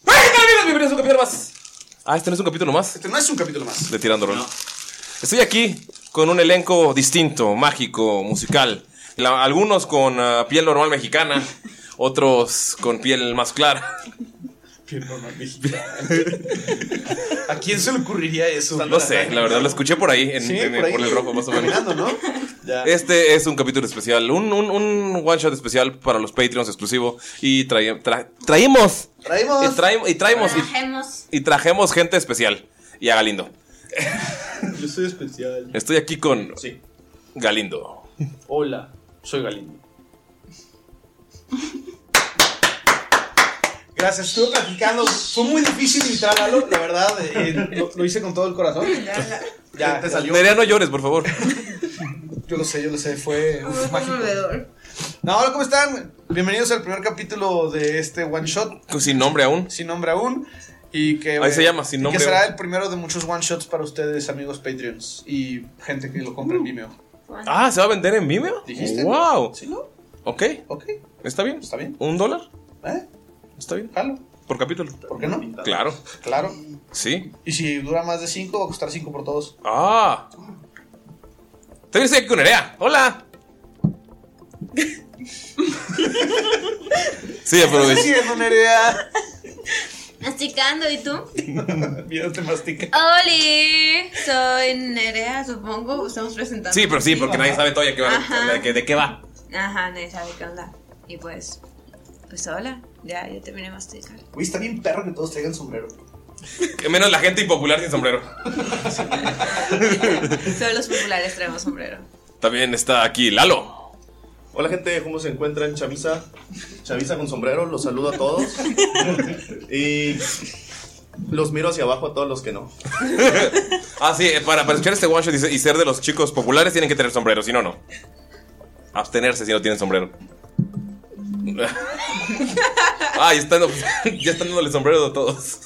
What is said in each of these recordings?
¡Hey, ¿qué tal, amigos? Bienvenidos a un capítulo más. Ah, este no es un capítulo más Este no es un capítulo más. de Tirando Rol. Estoy aquí con un elenco distinto, mágico, musical. La- algunos con ah, piel normal mexicana, otros con piel más clara. Bien normal mexicano. ¿A quién se le ocurriría eso? No sé, la verdad lo escuché por ahí, en- Sí, en- por ahí. por el rojo más o menos. Caminando, ¿no? Ya. Este es un capítulo especial, un, un, un one shot especial para los Patreons exclusivo. Y trae- tra- traímos. Traemos. Y, trae- y traemos. y- Trajemos. Y, trajemos gente especial. Y a Galindo. Yo soy especial. Estoy aquí con Sí. Galindo. Hola, soy Galindo. Gracias, estuve platicando. Fue muy difícil invitar a Lalo, la verdad. eh, lo, lo hice con todo el corazón. Ya, te salió. Nerea, no llores, por favor. Yo lo sé, yo lo sé. Fue uf, Fue mágico. conmovedor. No, hola, ¿cómo están? Bienvenidos al primer capítulo de este One Shot. Sin nombre aún. sin nombre aún. Y que, eh, Ahí se llama, sin y nombre Que será aún. el primero de muchos one shots para ustedes, amigos Patreons y gente que lo compra en Vimeo. Ah, ¿se va a vender en Vimeo? ¿Dijiste? Mm. ¡Wow! ¿Sí, no? Ok, Ok. está bien. Está bien. ¿Un dólar? ¿Eh? Está bien. Jalo. Por capítulo. ¿Por qué no? Claro, Claro. sí. Y si dura más de 5, va a costar 5 por todos. Ah. También estoy aquí con Nerea. ¡Hola! sí, pero Sí, es una idea. Masticando, ¿y tú? Mírate mastica. ¡Oli! Soy Nerea, supongo. Estamos presentando. Sí, pero sí, porque nadie sabe todavía qué va- de, qué- de qué va. Ajá, nadie sabe qué onda. Y pues. Pues hola. Ya, ya terminé de masticar. Güey, está bien perro que todos traigan sombrero. Que Menos la gente impopular sin sombrero. Solo los populares traemos sombrero. También está aquí Lalo. Hola gente, ¿cómo se encuentran? Chavisa, Chavisa con sombrero, los saludo a todos. y los miro hacia abajo a todos los que no. Ah, sí, eh, para, para escuchar este one shot y ser- y ser de los chicos populares tienen que tener sombrero, si no, no. Abstenerse si no tienen sombrero. ah, ya están, ya están dándole sombrero a todos.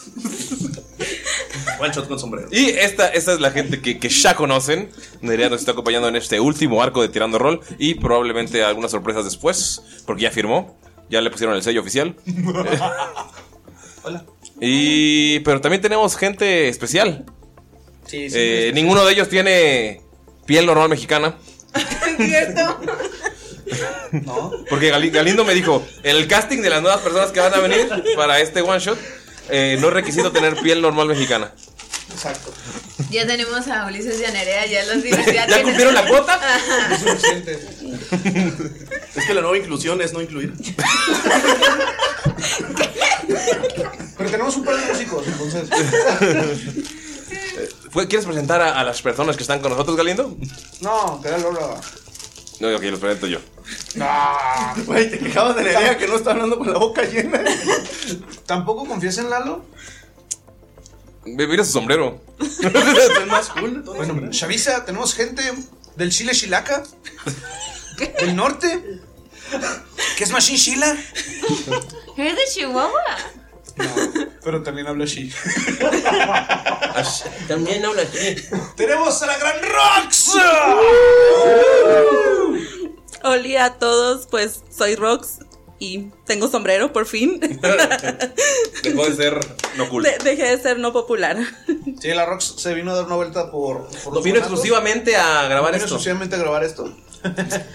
One shot con sombrero. Y esta, esta es la gente que, que ya conocen. Nerea nos está acompañando en este último arco de Tirando Rol y probablemente algunas sorpresas después, porque ya firmó, ya le pusieron el sello oficial. Hola. Y pero también tenemos gente especial. Sí, sí. Eh, ninguno de ellos tiene piel normal mexicana. ¿Cierto? No. Porque Gali- Galindo me dijo, en el casting de las nuevas personas que van a venir para este one shot, eh, no es requisito tener piel normal mexicana. Exacto. Ya tenemos a Ulises y a Nerea, ya los diversidad. ¿Ya que- cumplieron la cuota? Es suficiente. Es que la nueva inclusión es no incluir. Pero tenemos un par de músicos, entonces. Fue- ¿Quieres presentar a, a las personas que están con nosotros, Galindo? No, que era Lola. No, ok, los presento yo. No. Güey, te quejabas de la idea que no está hablando con la boca llena. Tampoco confías en Lalo. Ve- Mira su sombrero. es más cool. todo Bueno, sombrero. Chavisa, tenemos gente del Chile Chilaca, del norte, ¿Qué es Machine Sheila? ¿Eres de Chihuahua? Pero también habla así. También habla así. ¡Tenemos a la gran Rox! Hola Uh. a todos, pues soy Rox y tengo sombrero por fin. Dejó de ser no cool. De- dejé de ser no popular. Sí, la Rox se vino a dar una vuelta por. por Lo vino los formatos. exclusivamente a grabar Vino esto. exclusivamente a grabar esto.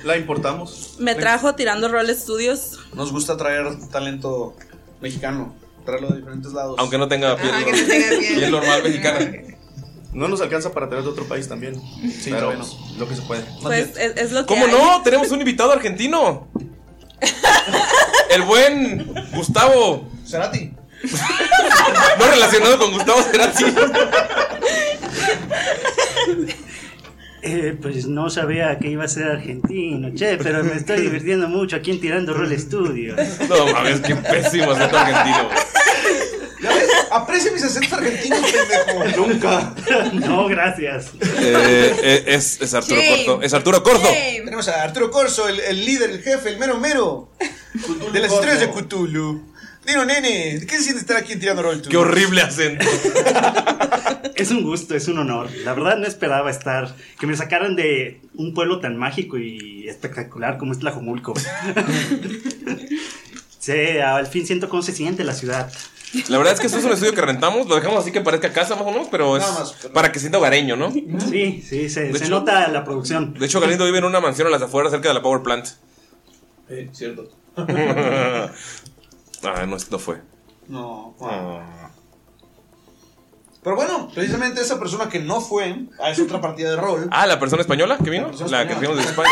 La importamos. Me trajo tirando Roll Studios. Nos gusta traer talento mexicano, traerlo de diferentes lados. Aunque no tenga piel, normal, piel normal mexicana. No nos alcanza para tener de otro país también. Sí, Pero, pero lo que se puede. Pues es, es lo que. ¿Cómo hay. no? Tenemos un invitado argentino. El buen Gustavo. Cerati. No relacionado con Gustavo Cerati. Eh, pues no sabía que iba a ser argentino, che, pero me estoy divirtiendo mucho aquí en Tirando Roll Studio. No mames, qué pésimo acento argentino. Ya ves, aprecia mis acentos argentinos, pendejo. Nunca. No, gracias. Eh, eh, es, es Arturo Shame. Corto. Es Arturo Corto. Tenemos a Arturo Corso, el, el líder, el jefe, el mero mero. de las Corso. estrellas de Cthulhu. Dino, nene, ¿qué se siente estar aquí en Tirando Roll? tú? Qué horrible acento. Es un gusto, es un honor. La verdad no esperaba estar, que me sacaran de un pueblo tan mágico y espectacular como es Tlajomulco. sí, al fin siento cómo se siente la ciudad. La verdad es que esto es un estudio que rentamos. Lo dejamos así que parezca casa más o menos, pero es Nada más, pero- para que sienta hogareño, ¿no? Sí, sí, se, De se hecho- nota la producción. De hecho, Galindo vive en una mansión a las afueras cerca de la Power Plant. Eh, cierto. Ah, no, no fue. Ah. No. Pero bueno, precisamente esa persona que no fue a esa otra partida de rol, Ah, la persona española que vino. La, que fuimos de España.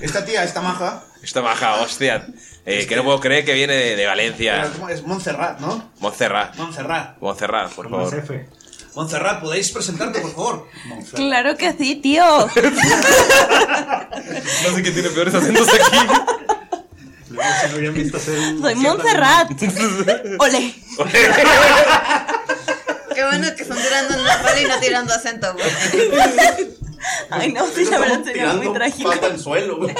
esta tía, esta maja, Esta baja, hostia. Eh, que no puedo creer que viene de, de Valencia. es Montserrat, ¿no? Montserrat. Montserrat. Montserrat, por favor. Montserrat, ¿podéis presentarte, por favor? Claro que sí, tío. No sé quién tiene peores acentos aquí. Soy Montserrat. Ole. Qué bueno que están tirando en la pala y no tirando acento, güey. Ay, no, sí, la verdad sería muy trágico. Pata al suelo, güey.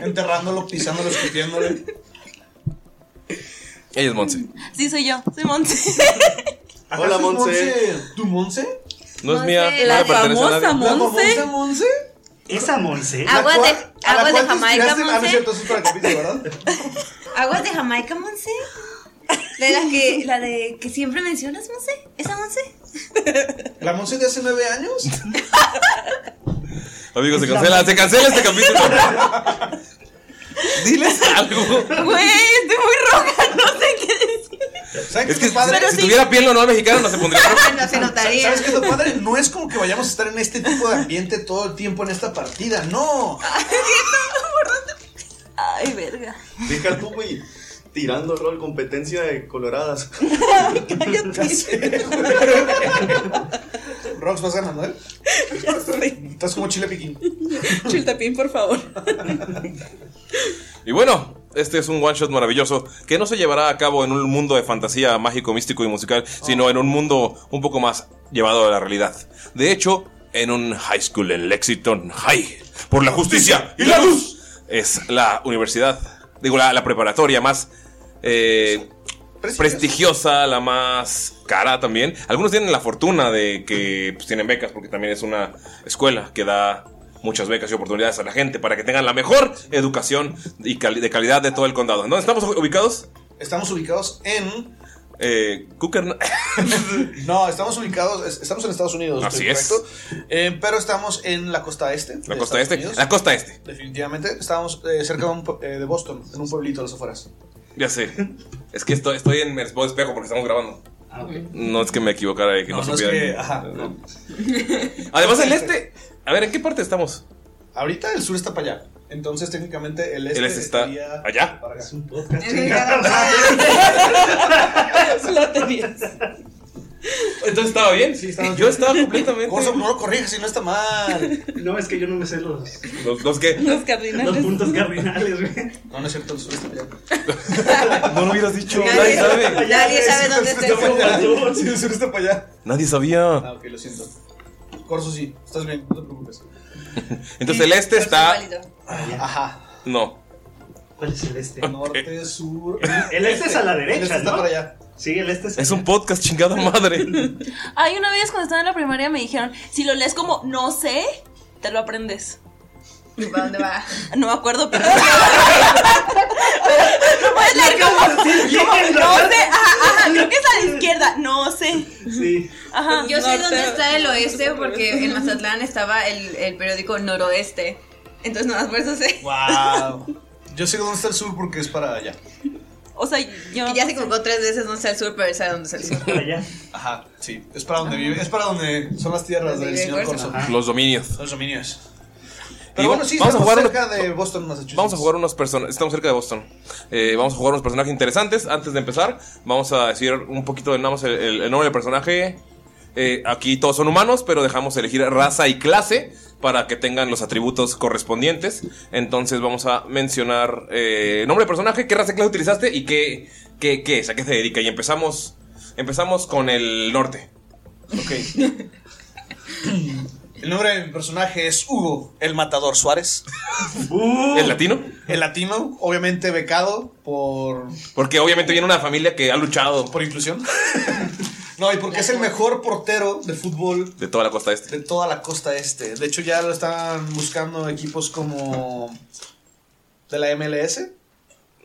Enterrándolo, pisándolo, escupiéndolo. Ella es Monse. Sí, soy yo, soy Monse. Hola, Monse. ¿Tu Monse? No es mía. no La le pertenece a famosa Ah, nadie. Monse. famosa Monse? Esa Monse. Aguas de, ¿A la aguas de cual te Jamaica, inspiraste? Ah, no es Monse. cierto, eso es para el capítulo, ¿verdad? ¿Aguas de Jamaica, Monse? De las que, la de que siempre mencionas, Monse. ¿Esa Monse? ¿La Monse de hace nueve años? Amigos, se cancela, se cancela este capítulo. Diles algo. Güey, estoy muy roja, no sé qué decir. Es que padre? si, si tuviera piel normal mexicana no se pondría. No se notaría. ¿Sabes qué es lo padre? No es como que vayamos a estar en este tipo de ambiente todo el tiempo en esta partida, no. Ay, verga. Deja tú, güey. Tirando rol competencia de coloradas. Rox, vas ganando, ¿eh? Estás como chile piquín. Chiltapín, por favor. Y bueno, este es un one shot maravilloso que no se llevará a cabo en un mundo de fantasía mágico, místico y musical, sino en un mundo un poco más llevado a la realidad. De hecho, en un high school en Lexington High, por la justicia y la luz, es la universidad, digo, la, la preparatoria más eh, prestigiosa, la más cara también. Algunos tienen la fortuna de que pues, tienen becas, porque también es una escuela que da muchas becas y oportunidades a la gente para que tengan la mejor educación y cali- de calidad de todo el condado. ¿En dónde estamos ubicados? Estamos ubicados en. Eh, Cookern- No, estamos ubicados, es- estamos en Estados Unidos. Así estoy correcto. Eh, pero estamos en la costa este. de La costa este. Estados Unidos. La costa este. Definitivamente, estamos eh, cerca de, un pu- eh, de Boston, en un pueblito a las afueras. Ya sé. Es que estoy, estoy en el espejo porque estamos grabando. Ah, No es que me equivocara y que no, no es supiera. que- ajá, no. Además, el este. A ver, ¿en qué parte estamos? Ahorita el sur está para allá. Entonces, técnicamente, el este. El este está estaría allá. para acá. Entonces estaba bien. Yo estaba completamente. Corso, no lo corrijas si no está mal. No, es que yo no me sé los, Los, los que. Los cardinales. los puntos cardinales, güey. No, no es cierto, el sur está para allá. No lo hubieras dicho. Nadie Nadie- sabe. Nadie sabe dónde está el sur. Sí, el sur está para allá. Nadie sabía. Ah, ok, lo siento. Corso, sí, estás bien, no te preocupes. Entonces el este está. Ajá. No. ¿Cuál es el este? Norte, sur. El este es a la derecha, El este está ¿no? para allá. Sí, el este Es un podcast, chingada madre. Ay, una vez cuando estaba en la primaria me dijeron, si lo lees como no sé, te lo aprendes. ¿Para dónde va? No me acuerdo, pero... pero lo puedes leer como, como no sé, ajá, ajá, creo que es a la izquierda, no sé. Sí. Ajá. Yo sé Norte. dónde está el oeste porque en Mazatlán estaba el, el periódico Noroeste. Entonces nada más por eso sé. Wow. Yo sé dónde está el sur porque es para allá. O sea, yo. ya se equivocó tres veces dónde está el sur, pero él sabe dónde está el sur. Para allá. Ajá, sí. Es para donde vive. Es para donde son las tierras Donde del vive señor Corso. Corso. Los dominios. Los dominios. Y Pero bueno, sí, vamos a estamos jugar cerca de Boston, Massachusetts. Vamos a jugar unos personajes. Estamos cerca de Boston. Eh, vamos a jugar unos personajes interesantes. Antes de empezar, vamos a decir un poquito de nada más el, el- el nombre del personaje. Eh, aquí todos son humanos, pero dejamos elegir raza y clase para que tengan los atributos correspondientes. Entonces vamos a mencionar eh, nombre del personaje, qué raza y clase utilizaste y qué, qué, qué es, a qué se dedica. Y empezamos, empezamos con el norte. Ok. El nombre de mi personaje es Hugo, el matador Suárez. ¿El latino? El latino, obviamente becado por, Porque obviamente viene una familia que ha luchado por inclusión. No, y porque es el mejor portero de fútbol de toda la costa este. de toda la costa este. De hecho, ya lo están buscando equipos como de la MLS.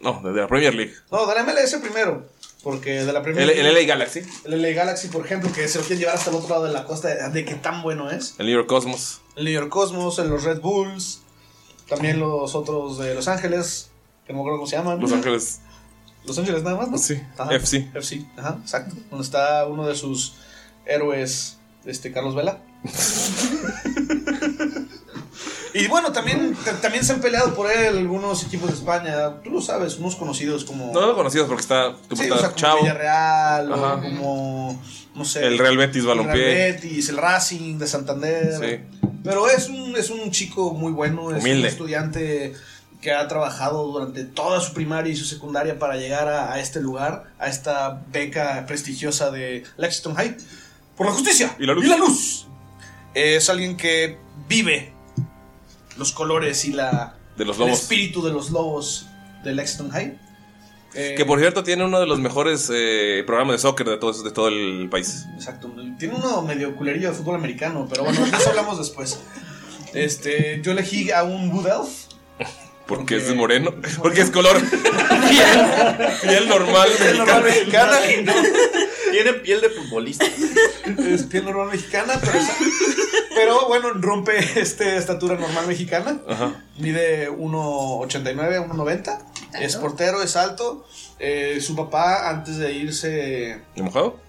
No, desde la Premier League. No, de la MLS primero. Porque de la Premier El, League- el LA Galaxy, El LA Galaxy, por ejemplo, que se lo quieren llevar hasta el otro lado de la costa, de, de qué tan bueno es. el New York Cosmos. El New York Cosmos, en los Red Bulls, también los otros de Los Ángeles, que no me acuerdo cómo se llaman. Los Ángeles Los Ángeles nada más, ¿no? Sí, Ajá, FC. FC, ajá, exacto. Donde está uno de sus héroes, este Carlos Vela. y bueno, también, t- también se han peleado por él algunos equipos de España. Tú lo sabes, unos conocidos como. No lo conocidos porque está, como Sí, está o sea, como Chavo, Villarreal, o Ajá. como, no sé. el Real Betis El Balompié. Real Betis, el Racing de Santander. Sí. Pero es un, es un chico muy bueno, es Humilde. un estudiante que ha trabajado durante toda su primaria y su secundaria para llegar a, a este lugar, a esta beca prestigiosa de Lexington High, por la justicia Y la luz. Es alguien que vive los colores y la, De los el lobos. espíritu de los lobos de Lexington High. Eh, Que por cierto tiene uno de los mejores eh, programas de soccer de todo, de todo el país. Exacto. Tiene uno medio culerillo de fútbol americano, pero bueno, de eso hablamos después. Este, yo elegí a un Wood Elf. Porque es moreno. Porque es color. piel, piel normal mexicana. mexicana. Tiene piel de futbolista. Es piel normal mexicana, pero, pero bueno, rompe este estatura normal mexicana. Ajá. Mide 1,89, 1,90. Es portero, es alto. Eh, su papá, antes de irse ¿De mojado?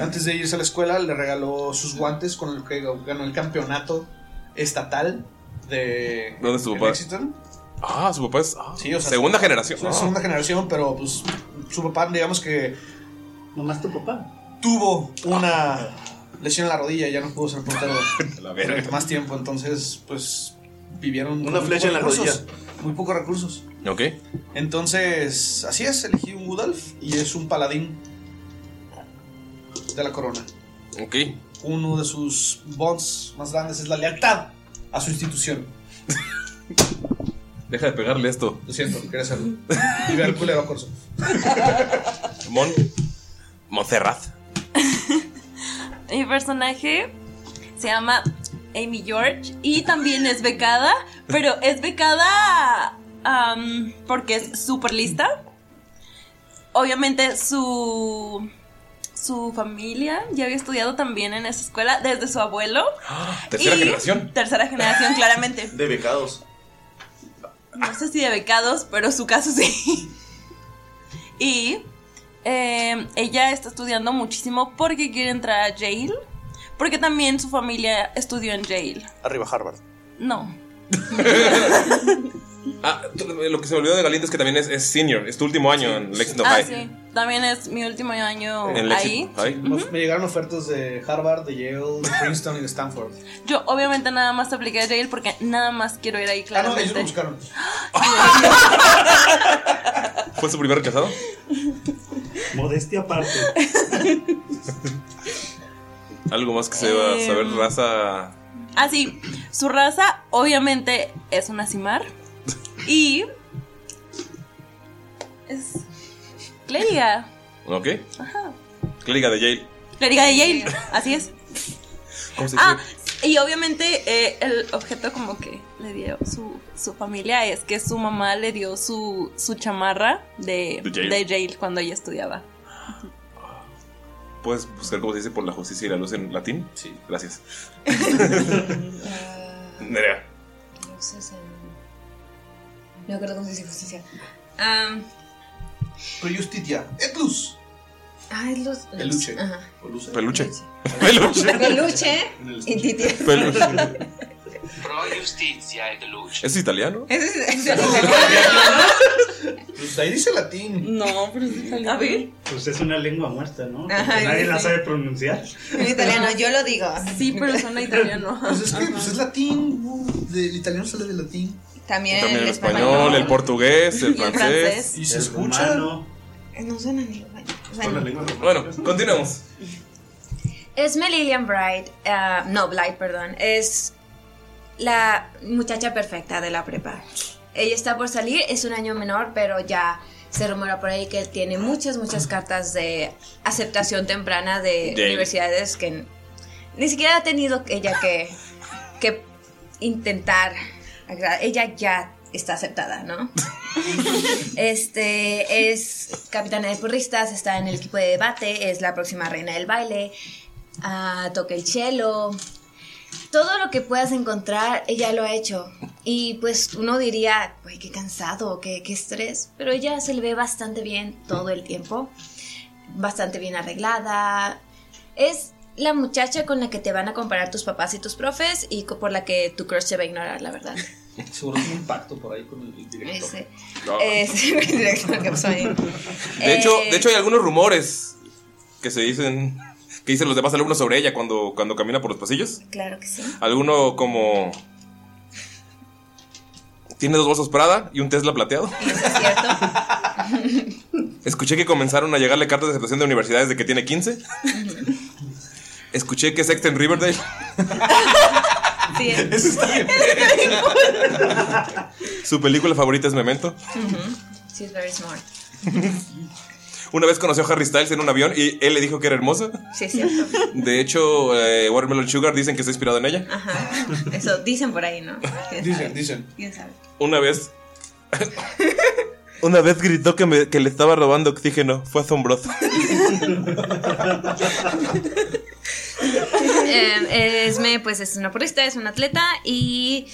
antes de irse a la escuela, le regaló sus guantes con los que ganó el campeonato estatal de ¿Dónde es tu de papá? Lexington. Ah, su papá es. ah, Sí, o sea, segunda su- generación. Ah. su- Es segunda generación, pero pues su papá, digamos que Nomás tu papá. tuvo una lesión en la rodilla y ya no pudo ser portero La verga. más tiempo, entonces pues vivieron con Una muy flecha en la pocos rodilla. recursos, Muy pocos recursos. Ok. Entonces, así es, elegí un Woodalf y es un paladín de la corona. Ok. Uno de sus bonds más grandes es la lealtad a su institución. Deja de pegarle esto. Lo siento, quería hacerlo. Y ve al culero a Corso. Mon. Montserrat. Mi personaje se llama Amy George y también es becada, pero es becada am, porque es súper lista. Obviamente su, su familia ya había estudiado también en esa escuela desde su abuelo. Ah, Tercera Y- generación. Tercera generación, claramente. De becados. No sé si de becados, pero su caso sí. Y eh, ella está estudiando muchísimo porque quiere entrar a Yale. Porque también su familia estudió en Yale. Arriba Harvard. No. Ah, tú- lo que se me olvidó de Galindo es que también es, es senior. Es tu último año en Lexington ah, High. sí. También es mi último año Pues En ahí. Lexington High. Me llegaron ofertas de Harvard, de Yale, de Princeton y de Stanford. Yo obviamente nada más apliqué a Yale porque nada más quiero ir ahí, Ah, no, ellos claramente. me buscaron. ¿Fue su primer rechazado? Modestia aparte. Algo más que se va a saber, Em. raza. Ah, sí. Su raza, obviamente, es una Simar. Y. Es. Clériga. ¿Ok? Ajá. Clínica de Yale. Clériga de Yale. Así es. ¿Cómo se dice? Ah, y obviamente eh, el objeto como que le dio su, su familia es que su mamá le dio su, su chamarra de, De Yale. de Yale cuando ella estudiaba. ¿Puedes buscar cómo se dice por la justicia y la luz en latín? Sí. Gracias. Nerea. Luces en- No me acuerdo cómo se dice justicia. Am, Projustitia. Etlus. ah, es los. Peluche. Ajá. Peluche. Peluche. Peluche y titia. Peluche. Pro justicia e luce. ¿Es italiano? Ese es- ese es- Pues ahí dice latín. No, pero es italiano. A ver. Pues es una lengua muerta, ¿no? Ajá, Porque nadie sí. la sabe pronunciar. En italiano, yo lo digo. Sí, pero suena italiano. Pues es que pues es latín. uh, ¿no? Del italiano sale del latín. También, También Eh, el español, el portugués, el Y el francés. francés. Y se El escucha. Eh, No suena ni bueno. Bueno. Bueno, continuemos. Es Melillian Bright, ah, no, Blight, perdón. Es la muchacha perfecta de la prepa. Ella está por salir, es un año menor, pero ya se rumora por ahí que tiene muchas, muchas cartas de aceptación temprana de Yale. universidades que ni siquiera ha tenido ella que, que intentar. agra- Ella ya está aceptada, ¿no? Este es capitana de porristas, está en el equipo de debate, es la próxima reina del baile, ah, toca el cello. Todo lo que puedas encontrar, ella lo ha hecho. Y pues uno diría, güey, qué cansado, qué, qué estrés. Pero ella se le ve bastante bien todo el tiempo. Bastante bien arreglada. Es la muchacha con la que te van a comparar tus papás y tus profes y co- por la que tu crush te va a ignorar, la verdad. Seguro tiene un pacto por ahí con el director. Ese- No. Eh, ese es el director que pasó ahí. De hecho, Eh, de hecho hay algunos rumores que se dicen que dicen los demás alumnos sobre ella cuando, cuando camina por los pasillos. Claro que sí. Alguno como tiene dos bolsos Prada y un Tesla plateado. Escuché que comenzaron a llegarle cartas de aceptación de universidades de que tiene 15. Escuché que es extra en Riverdale. Sí. Eso está bien. Su película favorita es Memento. Ujú. Sí, es very smart. Una vez conoció a Harry Styles en un avión y él le dijo que era hermosa. Sí, es cierto. De hecho, eh, Watermelon Sugar dicen que está inspirado en ella. Ajá. Eso dicen por ahí, ¿no? ¿Quién sabe? dicen. ¿Quién sabe? Una vez. Una vez gritó que, me- que le estaba robando oxígeno. Fue asombroso. Eh, Esme, pues es una purista, es una atleta y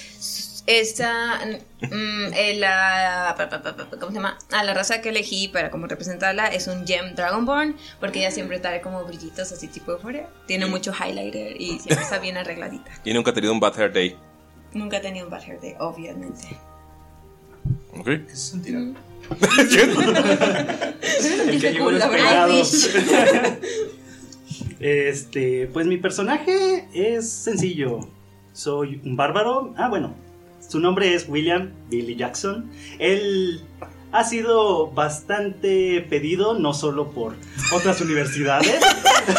esa mm, eh, la pa, pa, pa, pa, ¿cómo se llama? A la raza que elegí para como representarla es un gem dragonborn porque ella siempre trae como brillitos así tipo fuera. Tiene mucho highlighter y siempre está bien arregladita. Y nunca ha tenido un bad hair day. Nunca he tenido un bad hair day, obviamente. ¿Ok? Mm. El que llegó I wish. inesperado. Este, pues mi personaje es sencillo. Soy un bárbaro. Ah, bueno. Su nombre es William Billy Jackson. Él ha sido bastante pedido, no solo por otras universidades.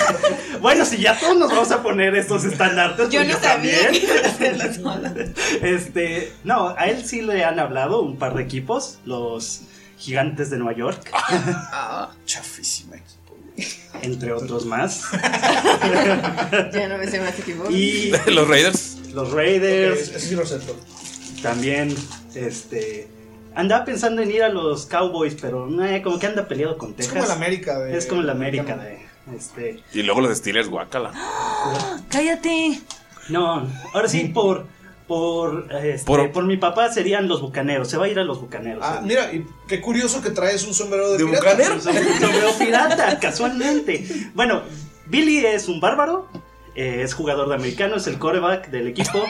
bueno, si ya todos nos vamos a poner estos estandartes. Yo pues no sabía también. que iba a hacerlo sola. Este, no, a él sí le han hablado un par de equipos, los gigantes de Nueva York. Ah. Chafísima equipo. Entre otros más. Ya no me sé más equipo. Y los Raiders. Los Raiders. Eso sí lo acepto. También, este. Andaba pensando en ir a los Cowboys, pero eh, como que anda peleado con Texas. como el América de- Es como el América de. Este. Y luego los Steelers, guácala. ¡Cállate! No, ahora sí, por. Por, este, por, mi papá serían los bucaneros. Se va a ir a los bucaneros. Ah, mira, y qué curioso que traes un sombrero de, ¿De pirata. bucanero? Sombrero pirata, casualmente. Bueno, Billy es un bárbaro, eh, es jugador de americano, es el coreback del equipo.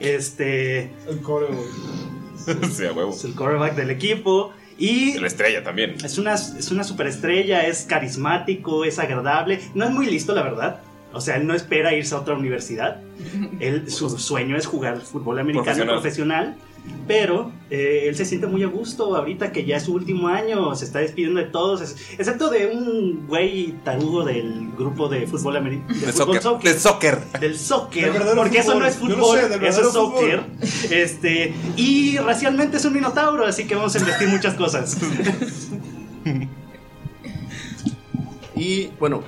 Este. El coreback. Sí, a huevo. Es el coreback del equipo. Y. La estrella también. Es una, es una superestrella, es carismático, es agradable. No es muy listo, la verdad. O O sea, él no espera irse a otra universidad. Él, su sueño es jugar fútbol americano profesional. Profesional. pero eh, él se siente muy a gusto ahorita que ya es su último año, se está despidiendo de todos, es- excepto de un güey tarugo del grupo de fútbol americano. De soccer. De soccer. Del soccer. Del verdadero porque eso fútbol. no es Yo lo fútbol, sé, del eso verdadero es soccer. Este, y racialmente es un minotauro, así que vamos a investir muchas cosas. Y bueno,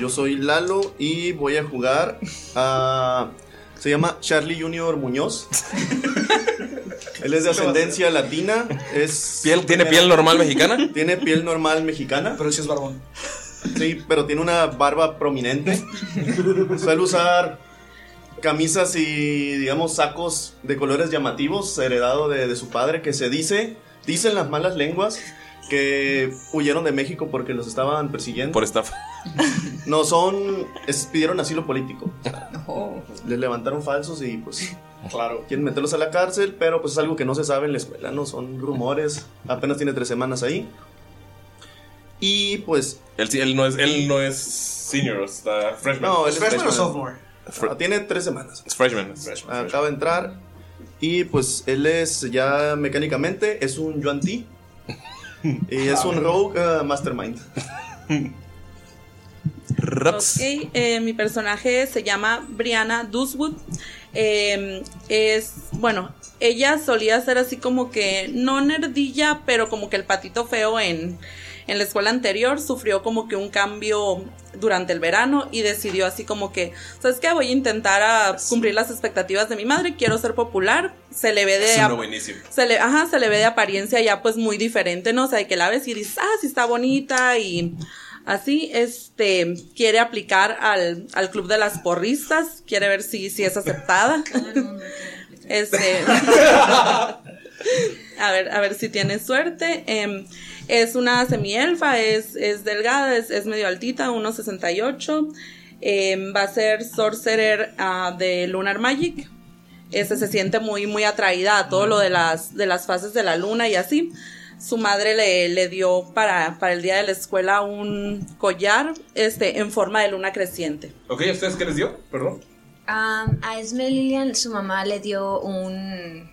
yo soy Lalo y voy a jugar a. Se llama Charlie Junior Muñoz. Él es de ascendencia latina. Es ¿Piel- tiene piel normal mexicana? Tiene piel normal mexicana. Pero sí es barbón. Sí, pero tiene una barba prominente. Suele usar camisas y, digamos, sacos de colores llamativos, heredado de, de su padre, que se dice, dicen las malas lenguas, que huyeron de México porque los estaban persiguiendo. Por estafa. No, son. es- pidieron asilo político. O sea, Les levantaron falsos y pues. Claro. Quieren meterlos a la cárcel, pero pues es algo que no se sabe en la escuela, ¿no? Son rumores. Apenas tiene tres semanas ahí. Y pues. Él, sí- él no es, él no es senior, está freshman. No, él es Ah, tiene tres semanas. Es freshman. Acaba de entrar. Y pues él es ya mecánicamente, es un Yuan Ti. Y es un Rogue eh, Mastermind. Ok, eh, mi personaje se llama Brianna Duswood. Eh, es, bueno, ella solía ser así como que, no nerdilla, pero como que el patito feo en, en la escuela anterior sufrió como que un cambio durante el verano y decidió así como que, ¿sabes qué? Voy a intentar a cumplir las expectativas de mi madre, quiero ser popular, se le ve de... Es ap- uno buenísimo. se le, ajá, se le ve de apariencia ya pues muy diferente, ¿no? O sea, de que la ves y dices, ah, sí está bonita y así, este, quiere aplicar al, al club de las porristas, quiere ver si, si es aceptada. este, a ver, a ver si tiene suerte. Em, es una semielfa, es, es delgada, es, es medio altita, 1.68. Em, va a ser sorcerer ah, de Lunar Magic este, se siente muy, muy atraída a todo lo de las, de las fases de la luna y así. Su madre le, le dio para, para el día de la escuela un collar este, en forma de luna creciente. Ok, ¿a ustedes qué les dio? Perdón. Am, a Esme Lilian, su mamá le dio un.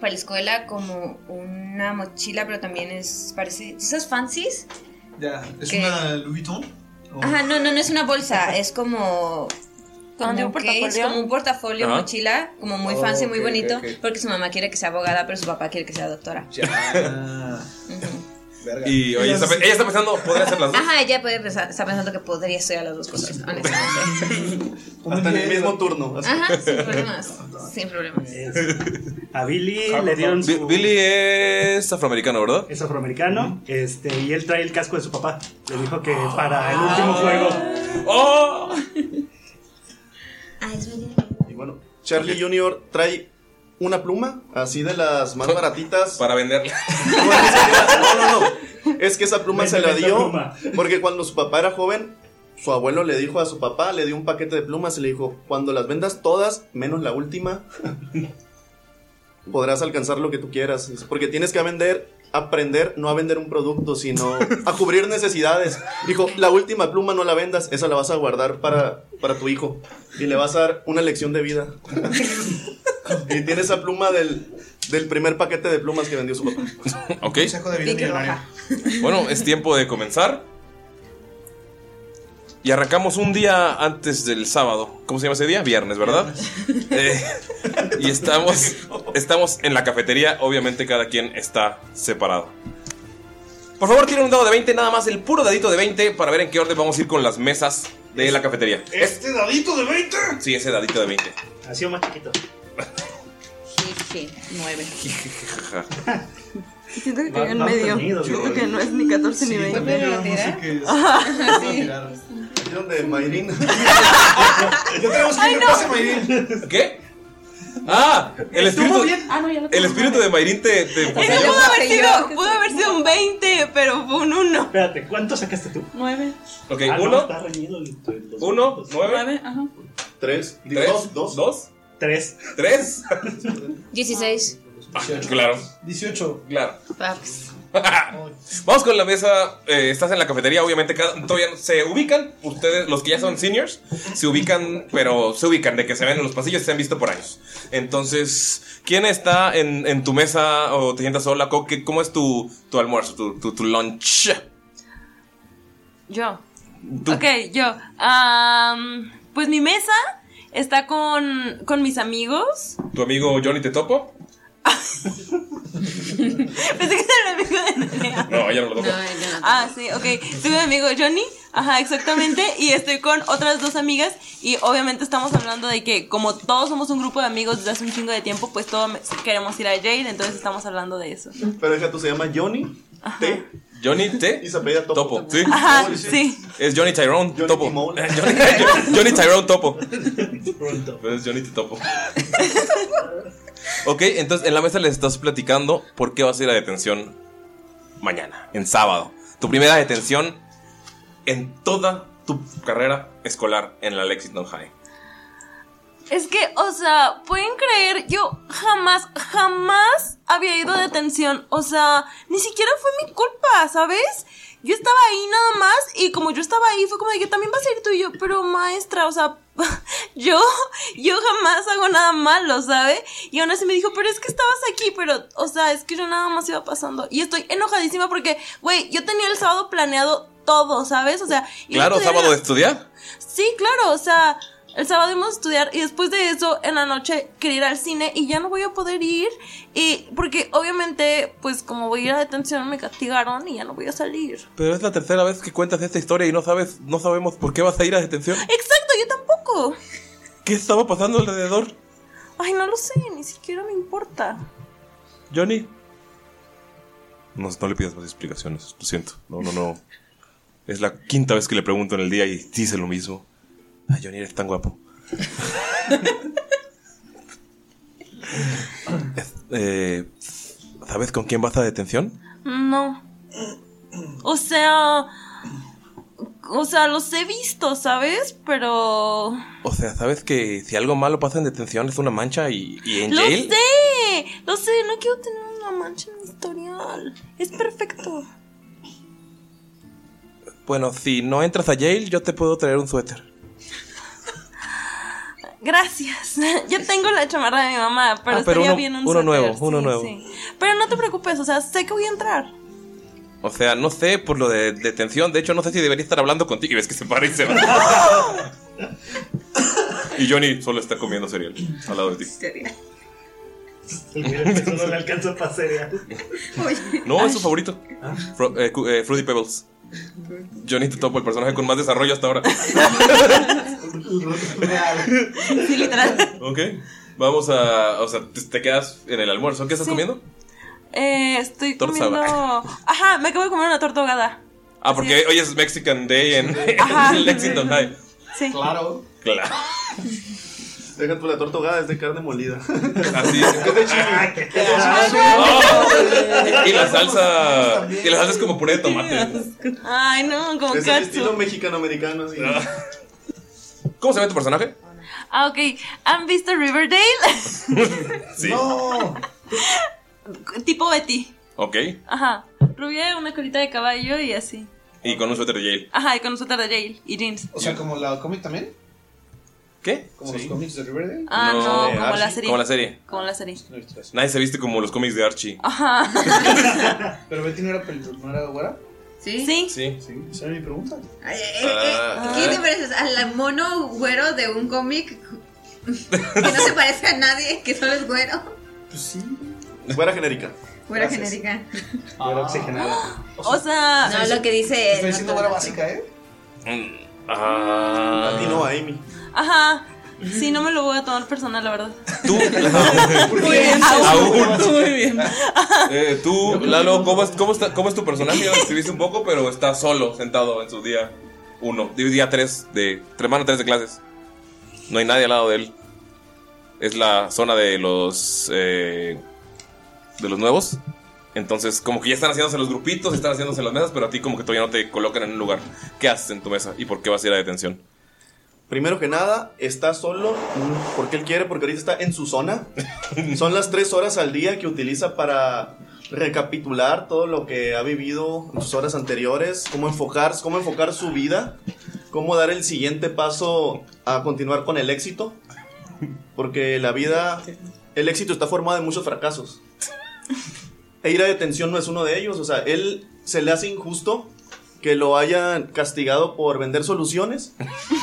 para la escuela, como una mochila, pero también es. parece. ¿Esas fancies? Ya, ¿es ¿Qué? una Louis Vuitton? Oh. Ajá, no, no, no es una bolsa, es como. ¿Como un case, portafolio? como un portafolio, Ajá. mochila, como muy Oh, fancy, muy ok, bonito, ok, ok. porque su mamá quiere que sea abogada, pero su papá quiere que sea doctora. Ah. Y oye, está, ella está pensando, podría hacer las dos. Ajá, ella puede pensar, está pensando que podría estudiar las dos cosas, honestamente. Hasta en el mismo turno. Ajá, sin problemas, sin problemas. Eh. A Billy le dieron Bi- Billy es afroamericano, ¿verdad? Es afroamericano, este, y él trae el casco de su papá. Le dijo que para el último juego. ¡Oh! Y bueno, Charlie Junior trae una pluma, así de las más baratitas. Para venderla. Es que esa pluma se la dio porque cuando su papá era joven, su abuelo le dijo a su papá, le dio un paquete de plumas y le dijo, cuando las vendas todas, menos la última, podrás alcanzar lo que tú quieras. Es Porque tienes que vender, aprender no a vender un producto, sino a cubrir necesidades. Dijo, la última pluma no la vendas, esa la vas a guardar para, para tu hijo y le vas a dar una lección de vida. y tiene esa pluma del, del primer paquete de plumas que vendió su papá. Ok. de vida millonaria. Bueno, es tiempo de comenzar. Y arrancamos un día antes del sábado. ¿Cómo se llama ese día? Viernes, ¿verdad? Eh, y estamos, estamos en la cafetería. Obviamente cada quien está separado. Por favor, tienen un dado de 20, nada más el puro dadito de 20 para ver en qué orden vamos a ir con las mesas de la cafetería. ¿Este dadito de 20? Sí, ese dadito de 20. Ha sido más chiquito. Jeje, nueve. Siento que Va- Ah, cayó en vamos medio. reñidos, Siento güey. que no es ni 14 ni 20. también yo no sé qué es. Ajá, sí. Aquí donde Mayrin. Ya tenemos que ir a casa, ¿Qué? Ah, el espíritu, Ah, no, ya lo el espíritu de Mayrin te... te Eso poseyó. pudo haber, sido, pudo haber sido un 20, pero fue un 1. Espérate, ¿cuánto sacaste tú? 9. Ok, Ah, no, uno, Está reñido. uno, nueve, 9, ajá. tres, dos, dos, Tres. tres. 16. Claro. 18. Claro. Ah. Paps. Vamos con la mesa. eh, estás en la cafetería, obviamente. cada- todavía no- se ubican. Ustedes, los que ya son seniors, se ubican, pero se ubican de que se ven en los pasillos y se han visto por años. Entonces, ¿quién está en, en tu mesa o te sientas sola? Co- qué- ¿Cómo es tu, tu almuerzo, tu, tu, tu lunch? Yo. Tú. Ok, yo. Am, pues mi mesa está con, con mis amigos. ¿Tu amigo Johnny te topo? Pensé que era el amigo de Nerea. No, ya no lo topo. Ah, sí, ok. Soy mi amigo Johnny. Ajá, exactamente. Y estoy con otras dos amigas. Y obviamente estamos hablando de que, como todos somos un grupo de amigos desde hace un chingo de tiempo, pues todos me- queremos ir a Jade. Entonces estamos hablando de eso. Pero deja tú, se llama Johnny T. Johnny T. Y se apellida Topo. Sí. Ajá, sí. Es Johnny Tyrone Topo. Johnny, Johnny Tyrone Topo. Pero es Johnny T. Topo. ok, entonces en la mesa les estás platicando por qué vas a ir a detención mañana, en sábado. Tu primera detención en toda tu carrera escolar en la Lexington High. Es que, o sea, pueden creer, yo jamás, jamás había ido a detención. O sea, ni siquiera fue mi culpa, ¿sabes? Yo estaba ahí nada más y como yo estaba ahí fue como de que también vas a ir tú y yo, pero maestra, o sea, yo, yo jamás hago nada malo, ¿sabe? Y aún así me dijo, pero es que estabas aquí, pero, o sea, es que yo nada más iba pasando. Y estoy enojadísima porque, güey, yo tenía el sábado planeado todo, ¿sabes? O sea, iba a Claro, estudiar sábado en de la- estudiar. Sí, claro, o sea, el sábado íbamos a estudiar y después de eso en la noche quería ir al cine y ya no voy a poder ir y porque obviamente pues como voy a ir a detención me castigaron y ya no voy a salir. Pero es la tercera vez que cuentas esta historia y no sabes, no sabemos por qué vas a ir a detención. Exacto, yo tampoco. ¿Qué estaba pasando alrededor? Ay, no lo sé, ni siquiera me importa. Johnny. No, no le pidas más explicaciones, lo siento. No, no, no. Es la quinta vez que le pregunto en el día y dice lo mismo. Ay, Johnny, eres tan guapo. Es- eh, ¿Sabes con quién vas a detención? No. O sea, o sea, los he visto, ¿sabes? Pero O sea, ¿sabes que si algo malo pasa en detención es una mancha y, y en lo jail? sé, lo sé, no quiero tener una mancha en mi historial. Es perfecto. Bueno, si no entras a jail, yo te puedo traer un suéter. Gracias. Ya tengo la chamarra de mi mamá, pero Ah, pero estaría uno, bien un uno suéter, nuevo, sí, uno nuevo. sí. Pero no te preocupes, o sea, sé que voy a entrar. O sea, no sé por lo de detención. De hecho, no sé si debería estar hablando contigo. Y ves que se para y se va. y Johnny solo está comiendo cereal al lado de ti. Este, Eso no le alcanza para cereal. No, es su favorito. Fro- eh, cu- eh, Fruity Pebbles. Johnny te topo el personaje con más desarrollo hasta ahora. Sí, literal. ok. Vamos a. O sea, te, te quedas en el almuerzo. ¿Qué estás Sí. comiendo? Eh, estoy Torta comiendo. Ajá, me acabo de comer una torta ahogada. Ah, porque hoy es Mexican Day en, Ajá. en Lexington High. Sí. Claro. Claro. Deja tú la torta ahogada, es de carne molida. Así es. de chile. Es de chile. Y la salsa. Y la salsa es como puré de tomate. Ay, no, como Es el que. estilo mexicano-americano. así. Ah. ¿Cómo se llama tu personaje? Ah, ok. ¿Han visto Riverdale? Sí. tipo Betty. Ok. Ajá. Rubia, una colita de caballo y así. Y con un suéter de Yale. Ajá, y con un suéter de Yale y jeans. O sea, como la cómic también. ¿Qué? Como los cómics de Riverdale. Ah, no, de como Archie. la serie. Como la serie. Como la serie. Ah. Nadie se viste como los cómics de Archie. Ajá. Pero Betty no era, pel- no era güera. ¿Sí? Sí. Sí. Sí, esa era mi pregunta. Ay, eh, Ah. eh, ¿Qué te pareces? Al mono güero de un cómic que no se parece a nadie, que solo es güero. Pues sí. Fuera genérica. Güero Gracias. genérica. Fuera oxigenada. O sea, no, lo que dice. Estoy diciendo güera básica, ¿eh? Ah. Latino a Amy. Ajá. Sí, no me lo voy a tomar personal, la verdad. Muy bien. Aún. Muy bien. Eh, tú, Lalo, ¿cómo es, cómo, está- ¿cómo es tu personaje? Ya lo escribiste un poco, pero está solo, sentado en su día uno. Digo, Día 3 de. Semana 3 de clases. No hay nadie al lado de él. Es la zona de los. eh, de los nuevos. Entonces, como que ya están haciéndose los grupitos, están haciéndose las mesas, pero a ti como que todavía no te colocan en un lugar. ¿Qué haces en tu mesa? ¿Y por qué vas a ir a detención? Primero que nada, está solo mm, porque él quiere, porque ahorita está en su zona. Son las tres horas al día que utiliza para recapitular todo lo que ha vivido en sus horas anteriores, cómo enfocar, cómo enfocar su vida, cómo dar el siguiente paso a continuar con el éxito. Porque la vida, el éxito está formado de muchos fracasos. E ir a detención no es uno de ellos. O sea, él se le hace injusto que lo hayan castigado por vender soluciones.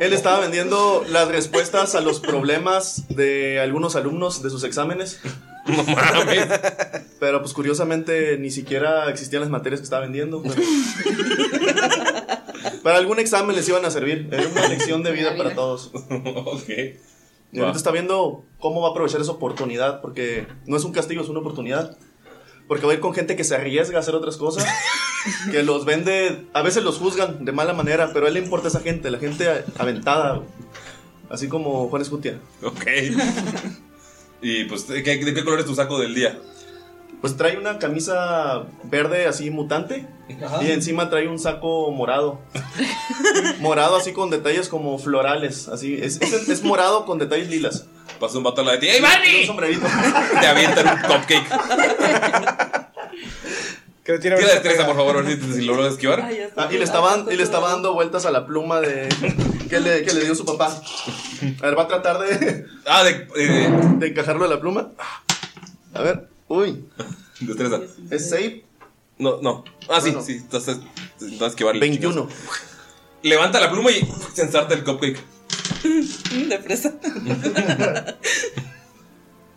Él estaba vendiendo las respuestas a los problemas de algunos alumnos de sus exámenes. Pero pues curiosamente ni siquiera existían las materias que estaba vendiendo. pero- para algún examen les iban a servir. Era una lección de vida para todos. Y Va. ahorita está viendo cómo va a aprovechar esa oportunidad, porque no es un castigo, es una oportunidad. Porque va a ir con gente que se arriesga a hacer otras cosas, que los vende, a veces los juzgan de mala manera, pero a él le importa esa gente, la gente a- aventada, güey. así como Juan Escutia. Ok. y pues, ¿de qué, de qué color es tu saco del día? Pues trae una camisa verde así mutante Ajá. y encima trae un saco morado. morado así con detalles como florales, así es, es- es morado con detalles lilas. Pasa un vato a la de ti. ¡Ey, Barney! Un sombrerito. Te avientan un cupcake. Que Tira destreza, por favor, a ver si, si logro esquivar. Ah, y, le estaba, dan- y le estaba dando vueltas a la pluma de que le, que le dio su papá. A ver, va a tratar de. Ah, de. de encajarlo a la pluma. A ver, uy. Destreza. ¿Es safe? No, no. Ah, sí, Bueno. sí. Entonces, entonces esquivar. 21. Levanta la pluma y sensarte el cupcake. De presa.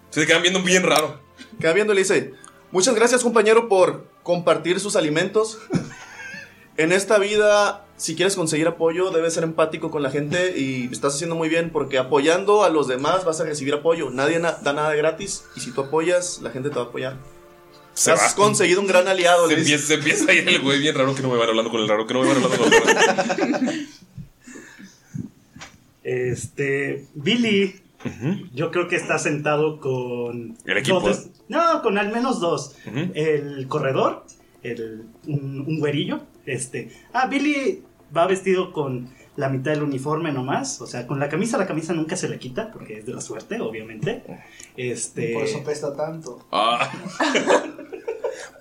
Se quedan viendo bien raro. Queda viendo y le dice: Muchas gracias, compañero, por compartir sus alimentos. En esta vida, si quieres conseguir apoyo, debes ser empático con la gente y estás haciendo muy bien porque apoyando a los demás vas a recibir apoyo. Nadie na- da nada de gratis y si tú apoyas, la gente te va a apoyar. Se Has va. conseguido un gran aliado. Se le dice. empieza, se empieza a ir el güey bien raro que no me van hablando con el raro, que no me van hablando con el raro. Este, Billy, yo creo que está sentado con... El equipo. ¿eh? dos de- no, con al menos dos. Ujú. El corredor, el, un, un güerillo. Este, ah, Billy va vestido con la mitad del uniforme nomás. O sea, con la camisa, la camisa nunca se le quita porque es de la suerte, obviamente. Este, Por eso pesta tanto. Ah.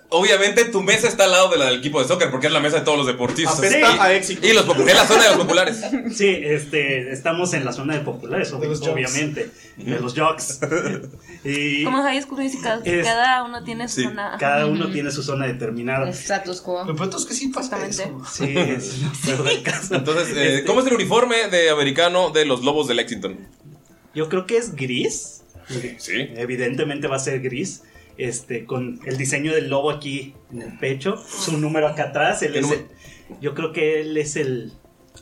Obviamente tu mesa está al lado de la del equipo de soccer porque es la mesa de todos los deportistas. Apesta Y- a Y los popu- es la zona de los populares. Sí, este, estamos en la zona de populares, ob- los jocks. obviamente. De los jocks. y Como en High School Musical, Es- cada uno tiene su sí, zona. cada uno tiene su zona determinada. Status quo. Lo pronto es que sí pasa eso. Sí, es una prueba de caso. Entonces, eh, ¿cómo es el uniforme de americano de los lobos de Lexington? Yo creo que es gris. Sí. Evidentemente va a ser gris. Este, con el diseño del lobo aquí en el pecho, su número acá atrás. él es el- yo creo que él es el.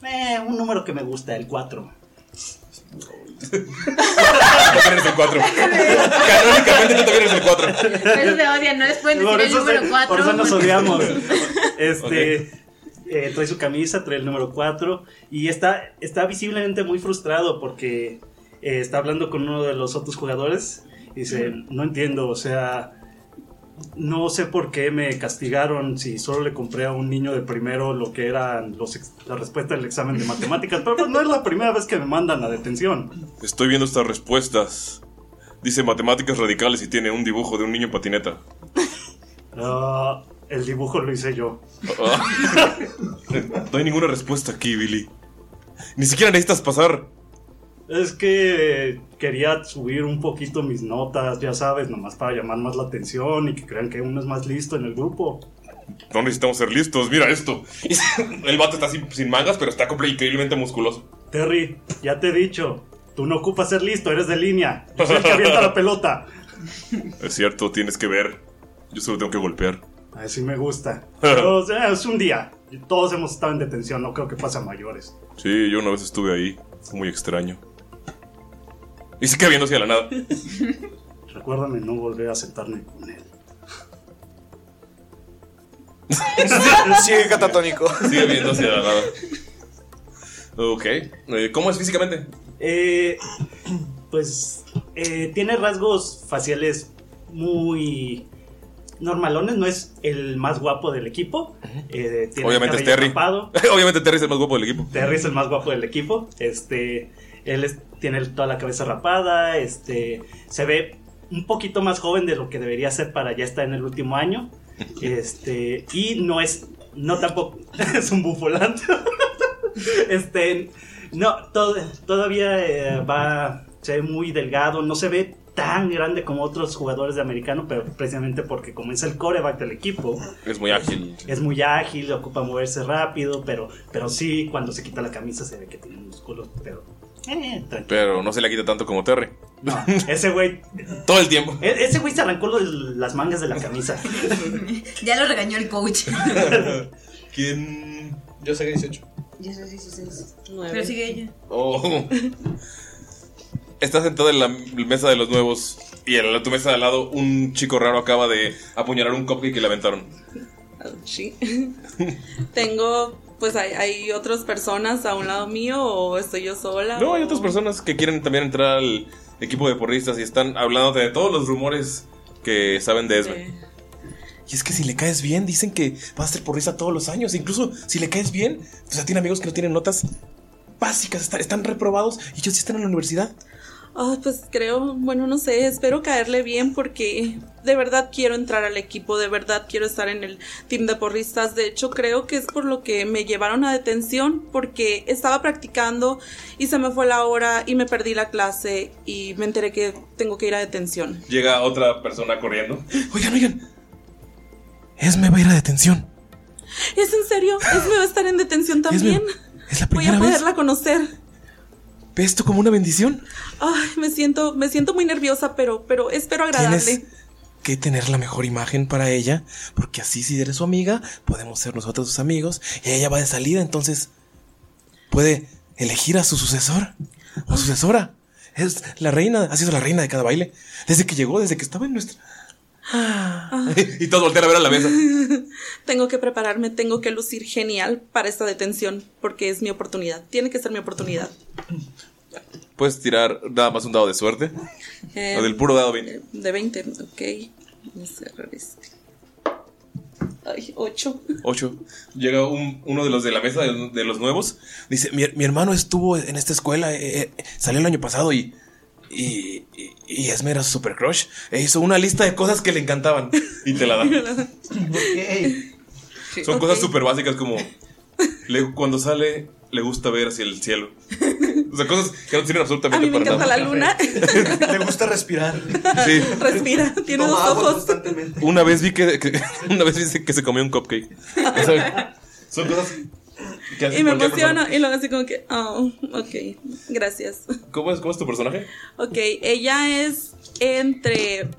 eh, un número que me gusta, el 4. eres el 4. Canónicamente tú también eres el 4. Por eso se odian, no les pueden decir Por el eso, se- número 4. por eso nos odiamos. Este, eh, trae su camisa, trae el número 4 y está, está visiblemente muy frustrado porque eh, está hablando con uno de los otros jugadores y dice, no entiendo, o sea, no sé por qué me castigaron si solo le compré a un niño de primero lo que eran los ex- la respuesta del examen de matemáticas, pero pues no es la primera vez que me mandan a detención. Estoy viendo estas respuestas. Dice matemáticas radicales y tiene un dibujo de un niño en patineta. Ah, el dibujo lo hice yo. Oh. No hay ninguna respuesta aquí, Billy. Ni siquiera necesitas pasar. Es que quería subir un poquito mis notas, ya sabes, nomás para llamar más la atención y que crean que uno es más listo en el grupo. No necesitamos ser listos, mira esto. El vato está sin, sin mangas, pero está comple- increíblemente musculoso. Terry, ya te he dicho, tú no ocupas ser listo, eres de línea. Yo soy el que avienta la pelota. Es cierto, tienes que ver. Yo solo tengo que golpear. Así me gusta. Pero, o sea, es un día. Todos hemos estado en detención, no creo que pase a mayores. Sí, yo una vez estuve ahí. Fue muy extraño. Y se queda viendo hacia la nada. Recuérdame no volver a sentarme con él. Sigue catatónico. Sigue viendo hacia la nada. Ok. Eh, ¿Cómo es físicamente? Eh, pues eh, tiene rasgos faciales muy normalones, no es el más guapo del equipo. eh, tiene el Obviamente es cabello Terry. rapado. Obviamente Terry es el más guapo del equipo. Terry es el más guapo del equipo. Este, él es- tiene el- toda la cabeza rapada. Este, se ve un poquito más joven de lo que debería ser para ya estar en el último año. Este, y no es, no tampoco es un bufolante. este, no, to- todavía eh, va, se ve muy delgado. No se ve tan grande como otros jugadores de americano, pero precisamente porque como es el coreback del equipo, Es muy ágil. es muy ágil, ocupa moverse rápido, pero, pero sí, cuando se quita la camisa se ve que tiene músculos, pero... eh, tranquilo. Pero no se la quita tanto como Terry. No, ese güey... Todo el tiempo. E- ese güey se arrancó lo de las mangas de la camisa. Ya lo regañó el coach. ¿Quién? Yo sé que 18. Yo soy 16. Pero sigue ella. Oh. Estás sentado en la mesa de los nuevos y en la- tu mesa de al lado un chico raro acaba de apuñalar un cupcake que le aventaron. Sí. Tengo, pues hay, hay otras personas a un lado mío o estoy yo sola. No, o- hay otras personas que quieren también entrar al equipo de porristas y están hablándote de todos los rumores que saben de Esme. Y es que si le caes bien, dicen que vas a ser porrista todos los años. Incluso si le caes bien, o sea, tiene amigos que no tienen notas básicas, está- están reprobados y ellos sí están en la universidad. Ah, pues creo, bueno, no sé, espero caerle bien porque de verdad quiero entrar al equipo, de verdad quiero estar en el team de porristas. De hecho, creo que es por lo que me llevaron a detención porque estaba practicando y se me fue la hora y me perdí la clase y me enteré que tengo que ir a detención. Llega otra persona corriendo. Oigan, oigan. Esme va a ir a detención. ¿Es en serio? ¿Es me va a estar en detención también? Es la Voy a primera vez. poderla conocer. ¿Ves esto como una bendición? Ay, me siento, me siento muy nerviosa, pero, pero espero agradable. Tienes que tener la mejor imagen para ella, porque así si eres su amiga, podemos ser nosotros sus amigos, y ella va de salida, entonces puede elegir a su sucesor o sucesora. Es la reina, ha sido la reina de cada baile, desde que llegó, desde que estaba en nuestra... Ah, y todos voltean a ver a la mesa. Tengo que prepararme, tengo que lucir genial para esta detención, porque es mi oportunidad. Tiene que ser mi oportunidad. Puedes tirar nada más un dado de suerte, Eh, puro dado De 20, ok. Vamos a cerrar este. Ay, 8. 8. Llega un- uno de los de la mesa, de, de los nuevos. Dice, mi, mi hermano estuvo en esta escuela, eh, eh, salió el año pasado y... Y, y, y Esme era su super crush. E hizo una lista de cosas que le encantaban. Y te la da. Son cosas súper básicas como... le- cuando sale, le gusta ver hacia el cielo. O sea, cosas que no sirven A absolutamente mí me para encanta nada. la luna. Le gusta respirar. Sí. Respira, tiene dos ojos. Una vez vi que, que- una vez dice que se comió un cupcake. O sea, son cosas que hace Y me cualquier emociono. persona. Y luego así como que, oh, ok, gracias. ¿Cómo es, ¿Cómo es tu personaje? Ok, ella es entre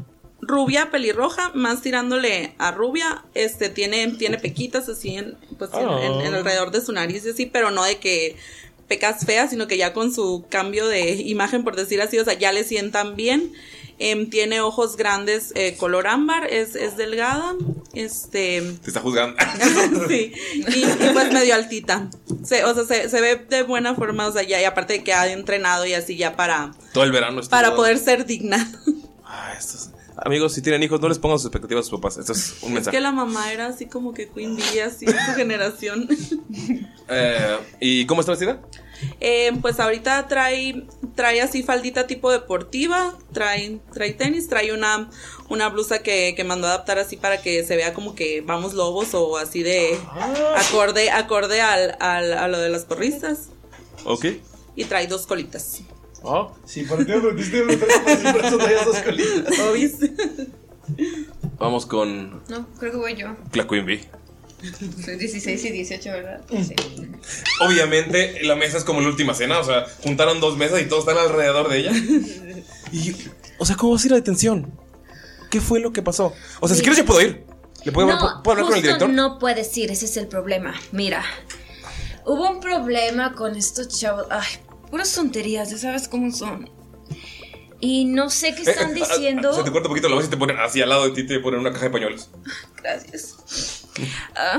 rubia, pelirroja, más tirándole a rubia. Este, tiene, tiene pequitas así en, pues, en- Oh. en- en alrededor de su nariz y así, pero no de que pecas feas, sino que ya con su cambio de imagen, por decir así, o sea, ya le sientan bien. Em, tiene ojos grandes, eh, color ámbar, es, es delgada, este, Te está juzgando. sí, y, y, pues medio altita. Se- o sea, se, se ve de buena forma, o sea, ya, y aparte de que ha entrenado y así ya para, Todo el verano estuvo- para poder ser digna. Ah, estos- Amigos, si tienen hijos, no les pongan sus expectativas a sus papás. Esto es un mensaje. Que la mamá era así como que Queen Bee, así de su generación. Eh, ¿Y cómo está vestida? Eh, pues ahorita trae, trae así faldita tipo deportiva, trae, trae tenis, trae una, una blusa que, que mandó adaptar así para que se vea como que vamos lobos o así de acorde, acorde al, al- a lo de las porristas. Ok. Y trae dos colitas. Oh. Sí, por ti me preguntaste, me preguntaste, por eso traías dos colitas. Obis. Vamos con No, creo que voy yo. la Queen Bee. Soy 16 y 18, ¿verdad? Sí. Obviamente, la mesa es como la última cena. O sea, juntaron dos mesas y todos están alrededor de ella. Y, o sea, ¿cómo vas a ir a detención? ¿Qué fue lo que pasó? O sea, si quieres, yo puedo ir. ¿Le puedo, hablar- puedo hablar con el justo director? No puedes ir, ese es el problema. Mira, hubo un problema con estos chavos. Ay, puras tonterías, ya sabes cómo son. Y no sé qué Eh, están eh, ah, diciendo. Se te corta un poquito la voz y te ponen así al lado de ti, te ponen una caja de pañuelos. Gracias. Ah,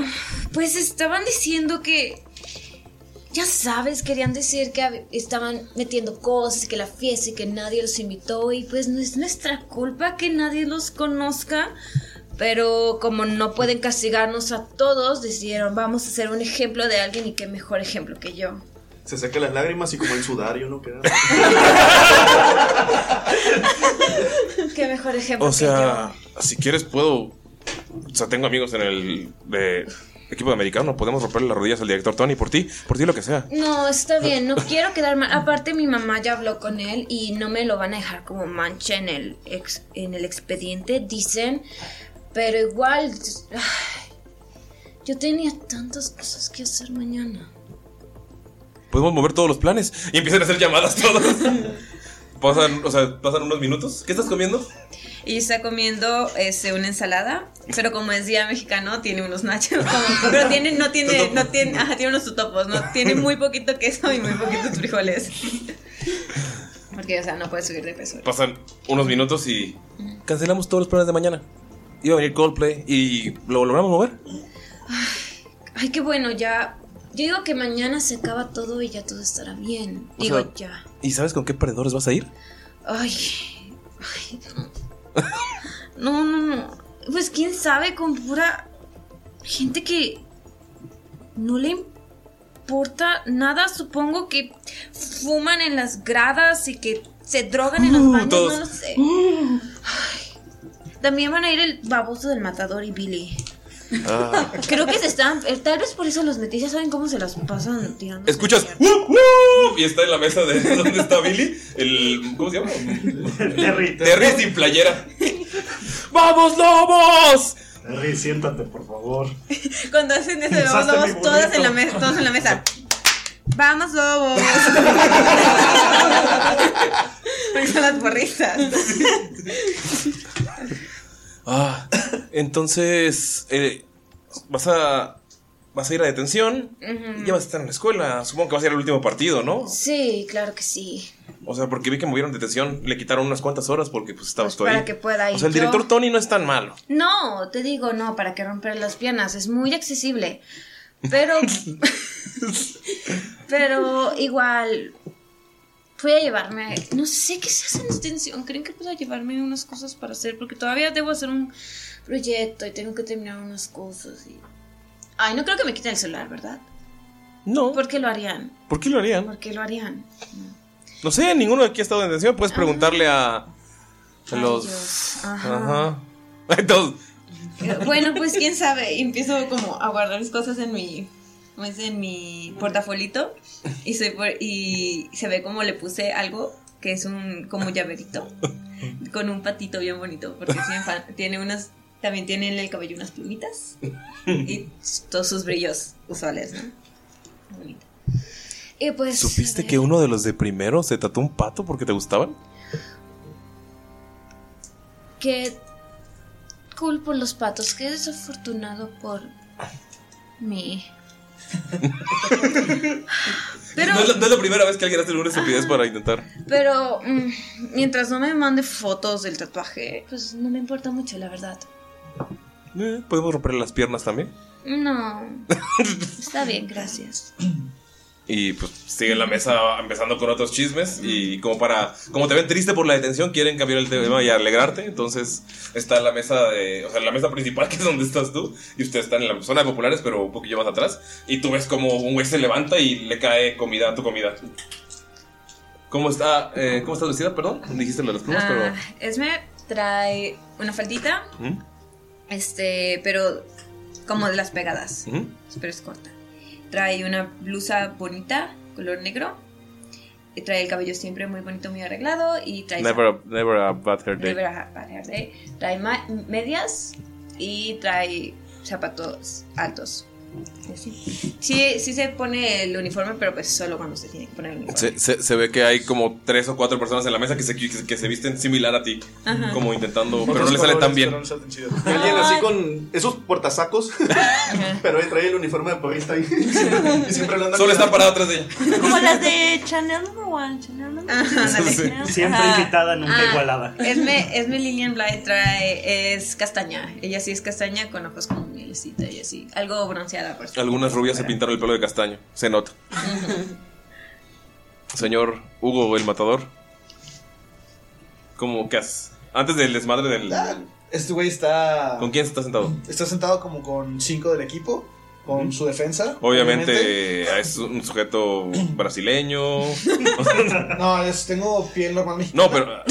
pues estaban diciendo que. Ya sabes, querían decir que hab- estaban metiendo cosas, que la fiesta y que nadie los invitó. Y pues no es nuestra culpa que nadie los conozca. Pero como no pueden castigarnos a todos, decidieron vamos a hacer un ejemplo de alguien y qué mejor ejemplo que yo. Se seca las lágrimas y como el sudario, ¿no? Queda. Qué mejor ejemplo. O sea, si quieres puedo... O sea, tengo amigos en el de equipo de americano. Podemos romperle las rodillas al director Tony por ti. Por ti lo que sea. No, está bien, no quiero quedar mal. Aparte mi mamá ya habló con él y no me lo van a dejar como mancha en el ex- en el expediente, dicen. Pero igual ay, yo tenía tantas cosas que hacer mañana. Podemos mover todos los planes. Y empiezan a hacer llamadas todas. Pasan, o sea, pasan unos minutos. ¿Qué estás comiendo? Y está comiendo este, una ensalada, pero como es día mexicano, tiene unos nachos. como- pero tiene, no tiene, no tiene, ajá, tiene unos totopos, ¿no? Tiene muy poquito queso y muy poquitos frijoles. Porque, o sea, no puede subir de peso. Pasan unos minutos y cancelamos todos los planes de mañana. Iba a venir Coldplay y lo logramos mover. Ay, qué bueno, ya. Yo digo que mañana se acaba todo y ya todo estará bien. O Digo sea- ya. ¿Y sabes con qué perdedores vas a ir? Ay. Ay. No, no, no. Pues quién sabe con pura gente que no le importa nada. Supongo que fuman en las gradas y que se drogan en los Uh, baños. todos. No lo sé. Ay. También van a ir el baboso del matador y Billy. Ah. Creo que se están. eh, Tal vez por eso los metí. Ya saben cómo se las pasan tirando. Escuchas "Wup, wup", y está en la mesa de donde está Billy, el ¿cómo se llama? Terry, Terry sin playera. ¡Vamos, lobos! Terry, siéntate, por favor. Cuando hacen eso, vamos, Usaste mi vamos burrito. todas en la mesa, todos en la mesa. ¡Vamos, lobos! Porque son las borristas. Ah, entonces eh, vas a vas a ir a detención y ya vas a estar en la escuela. Supongo que va a ser el último partido, ¿no? Sí, claro que sí. O sea, porque vi que movieron detención, le quitaron unas cuantas horas porque pues estabas tú ahí. para que pueda ir O sea, el yo. director Tony no es tan malo. No, te digo, no, para que romper las piernas, es muy accesible. Pero. pero igual. Voy a llevarme. No sé qué se hace en extensión. ¿Creen que pueda llevarme unas cosas para hacer? Porque todavía debo hacer un proyecto y tengo que terminar unas cosas. Y... Ay, no creo que me quiten el celular, ¿verdad? No. ¿Por qué lo harían? ¿Por qué lo harían? ¿Por qué lo harían? No sé, ninguno de aquí ha estado en detención. Puedes preguntarle a, a Ah. Dios. los. Ajá. Ajá. Entonces, Bueno, pues quién sabe. Y Empiezo como a guardar las cosas en mi. ¿cómo es? En mi portafolito. Y, soy por- y se ve como le puse algo que es un. como llaverito. Con un patito bien bonito. Porque tiene, fa- tiene unas. También tiene en el cabello unas plumitas. Y todos sus brillos usuales, ¿no? Bonito. Y pues. ¿supiste que uno de los de primero se tatuó un pato porque te gustaban? Qué cool por los patos, qué desafortunado por mí. Pero- No, es la, no es la primera vez que alguien hace una estupidez para intentar. Pero mm, mientras no me mande fotos del tatuaje, pues no me importa mucho, la verdad. Eh, Podemos romper las piernas también. No. Está bien, gracias. Y pues sigue en la mesa empezando con otros chismes. Y como para. Como te ven triste por la detención, quieren cambiar el tema y alegrarte. Entonces está la mesa de. O sea, la mesa principal, que es donde estás tú. Y ustedes están en la zona de populares, pero un poquillo más atrás. Y tú ves como un güey se levanta y le cae comida a tu comida. ¿Cómo está? eh, ¿Cómo estás vestida? Perdón, dijiste lo de las plumas, Ah, pero. Esme trae una faldita. ¿Mm? Este, pero como de las pegadas. ¿Mm? Pero es corta. Trae una blusa bonita, color negro. Y trae el cabello siempre muy bonito, muy arreglado. Y trae. Never a, never a bad hair day. Never a bad hair day. Trae ma- medias y trae zapatos altos. Así. Sí, sí se pone el uniforme, pero pues solo cuando se tiene que poner el uniforme. Se, se- se ve que hay como tres o cuatro personas en la mesa que se, que, que se visten similar a ti. Ajá. Como intentando, Otros pero no le sale tan colores, bien. pero no Alguien así con esos portasacos, pero él trae el uniforme de porrista ahí. Y siempre lo anda Solo está parado atrás de ella. Como las de Chanel Number One, Chanel Number One. Siempre Ajá. invitada, nunca Ah. igualada. Esme, Esme Lillian Bly trae, es castaña. Ella sí es castaña con ojos como mielecita y así. Algo bronceada, por supuesto. Algunas rubias se pintaron el pelo de castaño. Se nota. Señor Ah. Hugo el Matador. ¿Cómo que haces? Antes del desmadre del. Este güey está. ¿Con quién está sentado? Está sentado como con cinco del equipo, con su defensa. Obviamente es un sujeto brasileño. obviamente. No, es- tengo piel normal mexicana. No, pero.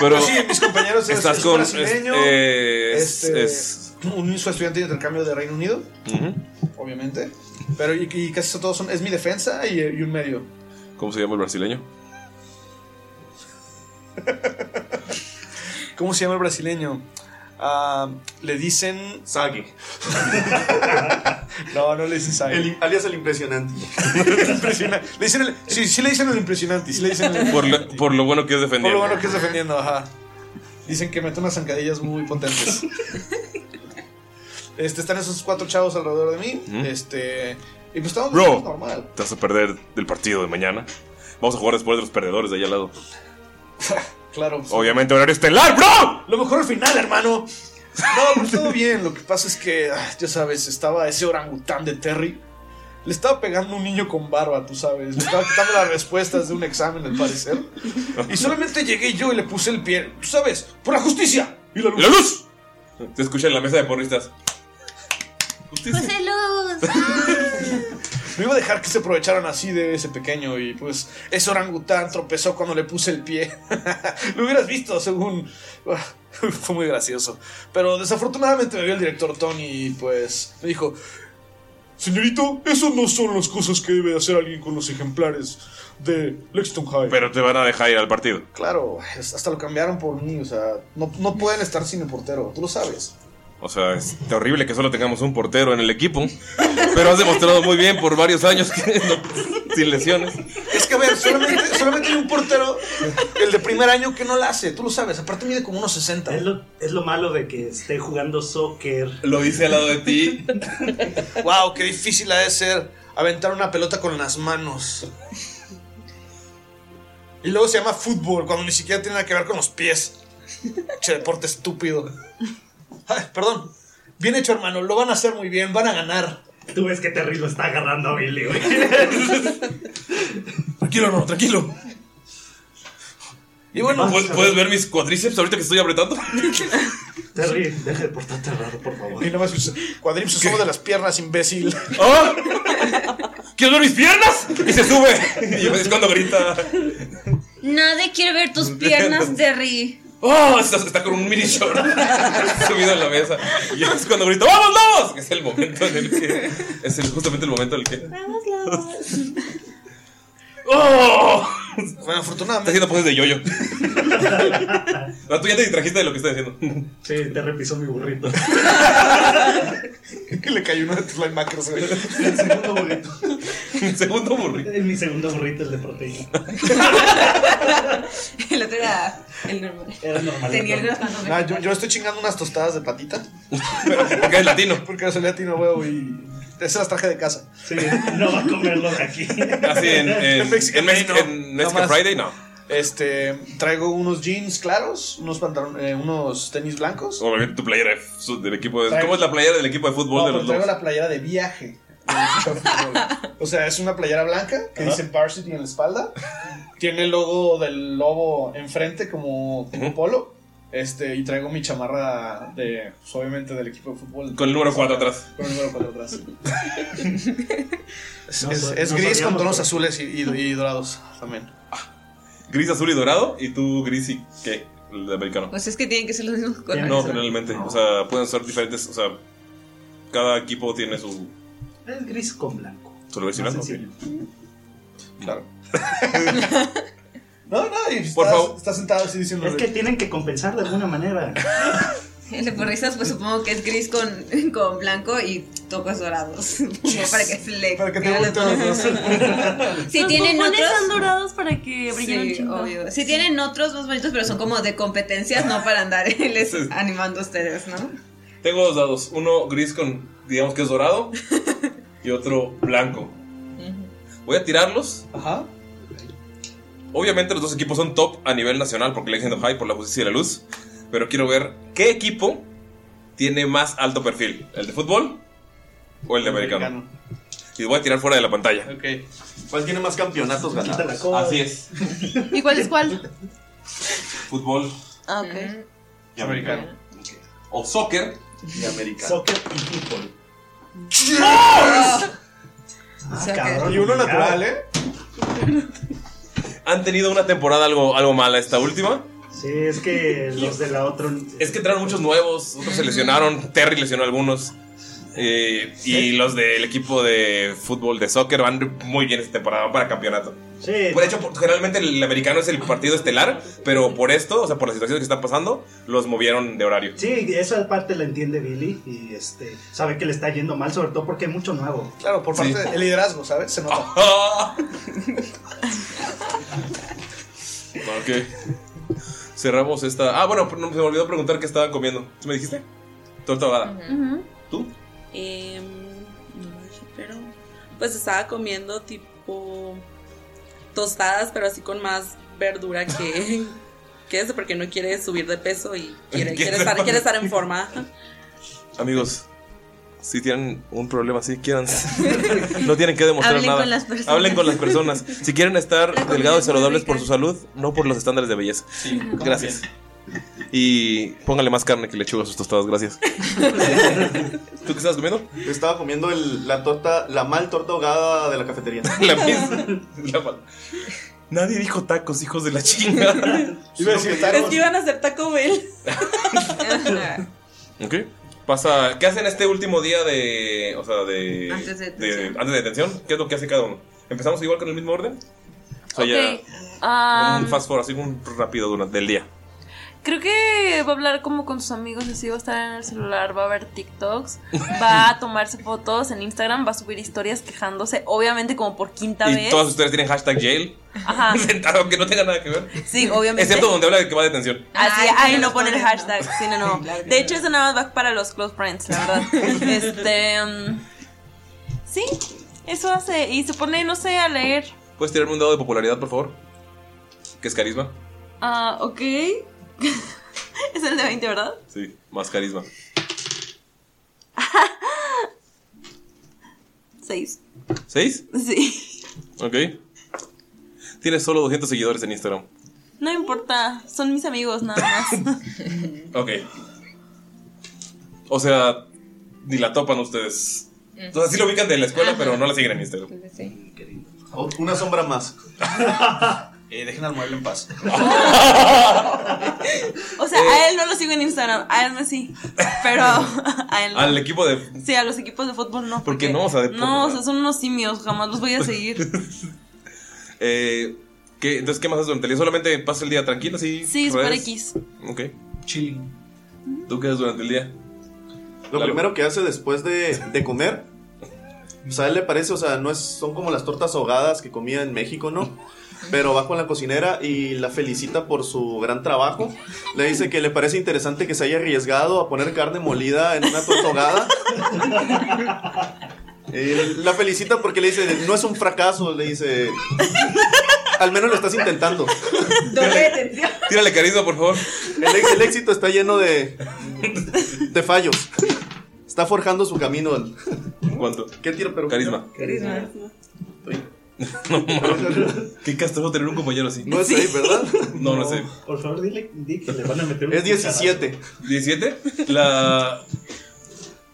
pero- sí, mis compañeros es, Estás es con. brasileño, es- eh, es- este, es- un un estudiante de intercambio de Reino Unido, ujú. obviamente. Pero y, y casi todos son. Es mi defensa y, y un medio. ¿Cómo se llama el brasileño? ¿Cómo se llama el brasileño? Ah, le dicen. Sagi. no, no le dicen Sagi. alias el impresionante. Le dicen el- sí, sí le dicen el impresionante. Sí le dicen el Por lo, por lo bueno que es Por defendiendo. lo bueno que es defendiendo, ajá. Dicen que mete unas zancadillas muy potentes. Este, están esos cuatro chavos alrededor de mí. Ujú. Este. Y pues estamos Bro, normal. te vas a perder del partido de mañana. Vamos a jugar después de los perdedores de allá al lado. Claro. Obviamente, horario estelar, bro. Lo mejor al final, hermano. No, pero todo bien. Lo que pasa es que, ah, ya sabes, estaba ese orangután de Terry. Le estaba pegando un niño con barba, tú sabes. Le estaba quitando las respuestas de un examen, al parecer. Y solamente llegué yo y le puse el pie. Tú sabes, por la justicia. Y la luz. ¡Y la luz! Se escucha en la mesa de porristas. José Luz. No iba a dejar que se aprovecharan así de ese pequeño y pues ese orangután tropezó cuando le puse el pie. Lo hubieras visto, según... ah, Fue muy gracioso. Pero desafortunadamente me vio el director Tony y pues me dijo, señorito, eso no son las cosas que debe hacer alguien con los ejemplares de Lexington High. Pero te van a dejar ir al partido. Claro, es- hasta lo cambiaron por mí, o sea, no, no pueden estar sin el portero, tú lo sabes. O sea, es terrible que solo tengamos un portero en el equipo. Pero has demostrado muy bien por varios años que no- sin lesiones. Es que, a ver, solamente, solamente hay un portero, el de primer año, que no la hace, tú lo sabes. Aparte mide como unos 60. Es lo, es lo malo de que esté jugando soccer. Lo hice al lado de ti. wow, qué difícil ha de ser aventar una pelota con las manos. Y luego se llama fútbol, cuando ni siquiera tiene nada que ver con los pies. Che, deporte estúpido. Ay, perdón. Bien hecho, hermano. Lo van a hacer muy bien. Van a ganar. Tú ves que Terry lo está agarrando a Billy, güey. tranquilo, no, tranquilo. Y bueno, ¿Puedes, puedes ver mis cuadríceps ahorita que estoy apretando? Terry, deja de portarte raro, por favor. Y no más cuadrips solo de las piernas, imbécil. ¡Oh! ¿Quieres ver mis piernas? Y se sube. Y yo es cuando grita. Nadie quiere ver tus piernas, Terry. ¡Oh! Está, está con un mini short subido en la mesa. Y es cuando grita ¡Vamos, vamos! Es el momento en el que. Es el- justamente el momento en el que. ¡Oh! Bueno, Está afortunadamente. haciendo poses de yoyo. No, tú ya te distrajiste de lo que está diciendo. Sí, te repisó mi burrito. que le cayó uno de tus linebackers, güey. El segundo burrito. Mi segundo burrito es de proteína. El otro era el normal. Era normal. Tenía el grasano. Nah, Ah, yo, yo estoy chingando unas tostadas de patita. Porque es latino. Porque soy latino, huevo, y. Esas las traje de casa. Sí, no va a comerlo de aquí. Así en, en, en, Mexican Mex- Day, no. en No Mexican más. Friday, no. Este, traigo unos jeans claros, unos pantalones, eh, unos tenis blancos. Obviamente tu playera de f- del equipo de. ¿Cómo es la playera del equipo de fútbol No, de pues pero los traigo dos? la playera de viaje. O sea, es una playera blanca que Ajá. dice Varsity en la espalda. Tiene el logo del lobo enfrente como tipo polo. Este, y traigo mi chamarra de, pues, obviamente, del equipo de fútbol. Con el número 4 atrás. Con el número 4 atrás. es No, es- pues, so- es no gris con sabíamos, tonos pero- azules y, y- y dorados también. Ah, Gris, azul y dorado. Y tú gris y qué? El de americano. Pues es que tienen que ser los mismos colores. No, generalmente. O sea, pueden ser diferentes. O sea, cada equipo tiene su. Es gris con blanco. ¿Su versión? Más Ok. sencillo. Claro. No, no, y Por estás- favor. estás sentado así diciendo. Es que tienen que compensar de alguna manera. El de porristas, pues supongo que es gris con, con blanco y tocos dorados. Como Para que se le. Para que te Si Los tienen bombones otros. son dorados para que brillen un Sí, chingo. obvio. Sí tienen otros más bonitos, pero son como de competencias, no para andar les animando a ustedes, ¿no? Tengo dos dados. Uno gris con, digamos que es dorado. y otro blanco. Voy a tirarlos. Ajá. Obviamente los dos equipos son top a nivel nacional porque le dicen High por la justicia y la luz. Pero quiero ver qué equipo tiene más alto perfil. ¿El de fútbol o el de americano? Y voy a tirar fuera de la pantalla. ¿Cuál Pues tiene más campeonatos ganados? Así es. ¿Y cuál es cuál? Fútbol. Ah, ok. Y americano. O soccer. Y americano. Soccer y fútbol. Ah, cabrón. y uno natural, ¿eh? ¿Han tenido una temporada algo, algo mala esta última? Sí, es que los de la otra. Es que entraron muchos nuevos, otros se lesionaron, Terry lesionó a algunos. eh, y los del equipo de fútbol de soccer van muy bien esta temporada, van para campeonato. Sí. Por hecho, por- generalmente el americano es el partido estelar, pero por esto, o sea, por las situaciones que están pasando, los movieron de horario. Sí, esa parte la entiende Billy y este sabe que le está yendo mal, sobre todo porque hay mucho nuevo. Claro, por parte del liderazgo, ¿sabes? Se nota. Ok. Cerramos esta. Ah, bueno, no, se me olvidó preguntar qué estaban comiendo. ¿Me dijiste? Torta ahogada. ¿Tú? Em, no lo dije, pero. Pues estaba comiendo tipo. Tostadas, pero así con más verdura que. que eso, porque no quiere subir de peso y quiere, quiere, estar, quiere estar en forma. Amigos, si tienen un problema así, quieran. no tienen que demostrar Hablen nada. con las personas. Hablen con las personas. Si quieren estar delgados y saludables por su salud, no por los estándares de belleza. Gracias. Y póngale más carne que lechuga a sus tostadas, gracias. ¿Tú qué estabas comiendo? Estaba comiendo el- la torta, la mal torta ahogada de la cafetería. la misma. La mal- Nadie dijo tacos, hijos de la chingada. Iba a decir es que iban a hacer Taco Bell. Ok. Pasa, ¿qué hacen este último día de, o sea, de Antes de de, antes de detención? ¿Qué es lo que hace cada uno? Empezamos igual con el mismo orden. O sea, ya- Ah, um, un fast forward, así un rápido durante el día. creo que va a hablar como con sus amigos, así va a estar en el celular, va a ver TikToks, va a tomarse fotos en Instagram, va a subir historias quejándose, obviamente como por quinta Y vez. todas ustedes tienen hashtag jail, Ajá. aunque no tenga nada que ver. Sí, obviamente. Excepto donde habla de que va a detención. Así, ahí no pone el hashtag, sí, no, no. De hecho, eso nada más va para los close friends, la verdad. Este. mm, sí, eso hace. Y se pone, no sé, a leer. ¿Puedes tirarme un dado de popularidad, por favor? ¿Qué es carisma? Ah, ok. es el de 20, ¿verdad? Sí, más carisma. 6. ¿Seis? Sí. Ok. Tienes solo 200 seguidores en Instagram. No importa, son mis amigos nada más. Ok. O sea, ni la topan ustedes. O sea, sí lo ubican de la escuela, pero no la siguen en Instagram. O- Una sombra más. Eh, dejen al mueble en paz. O sea, a él no lo sigo en Instagram, a él me sí. Pero a él no. Al equipo de. Sí, a los equipos de fútbol no. ¿Por qué no? O sea, de No, o sea, son unos simios, jamás los voy a seguir. Eh, ¿qué- Entonces, ¿qué más haces durante el día? ¿Solamente pasas el día tranquilo? Sí, Sí, es por redes? X. Ok. Chilling. ¿Tú qué haces durante el día? Lo primero que hace después de, de comer, pues a él le parece, o sea, no es, son como las tortas ahogadas que comía en México, ¿no? Pero va con la cocinera y la felicita por su gran trabajo. Le dice que le parece interesante que se haya arriesgado a poner carne molida en una torta ahogada. Eh, la felicita porque le dice, no es un fracaso, le dice, al menos lo estás intentando. Tírale carisma, por favor. El, ex- el éxito está lleno de, de fallos. Está forjando su camino. ¿Cuánto? ¿Qué tiro, pero? Carisma. Carisma. No, mames. Qué castigo tener un compañero así. No es ahí, ¿verdad? No, no, es ahí. Por favor, dile, di que le van a meter un Es 17. ¿17? La.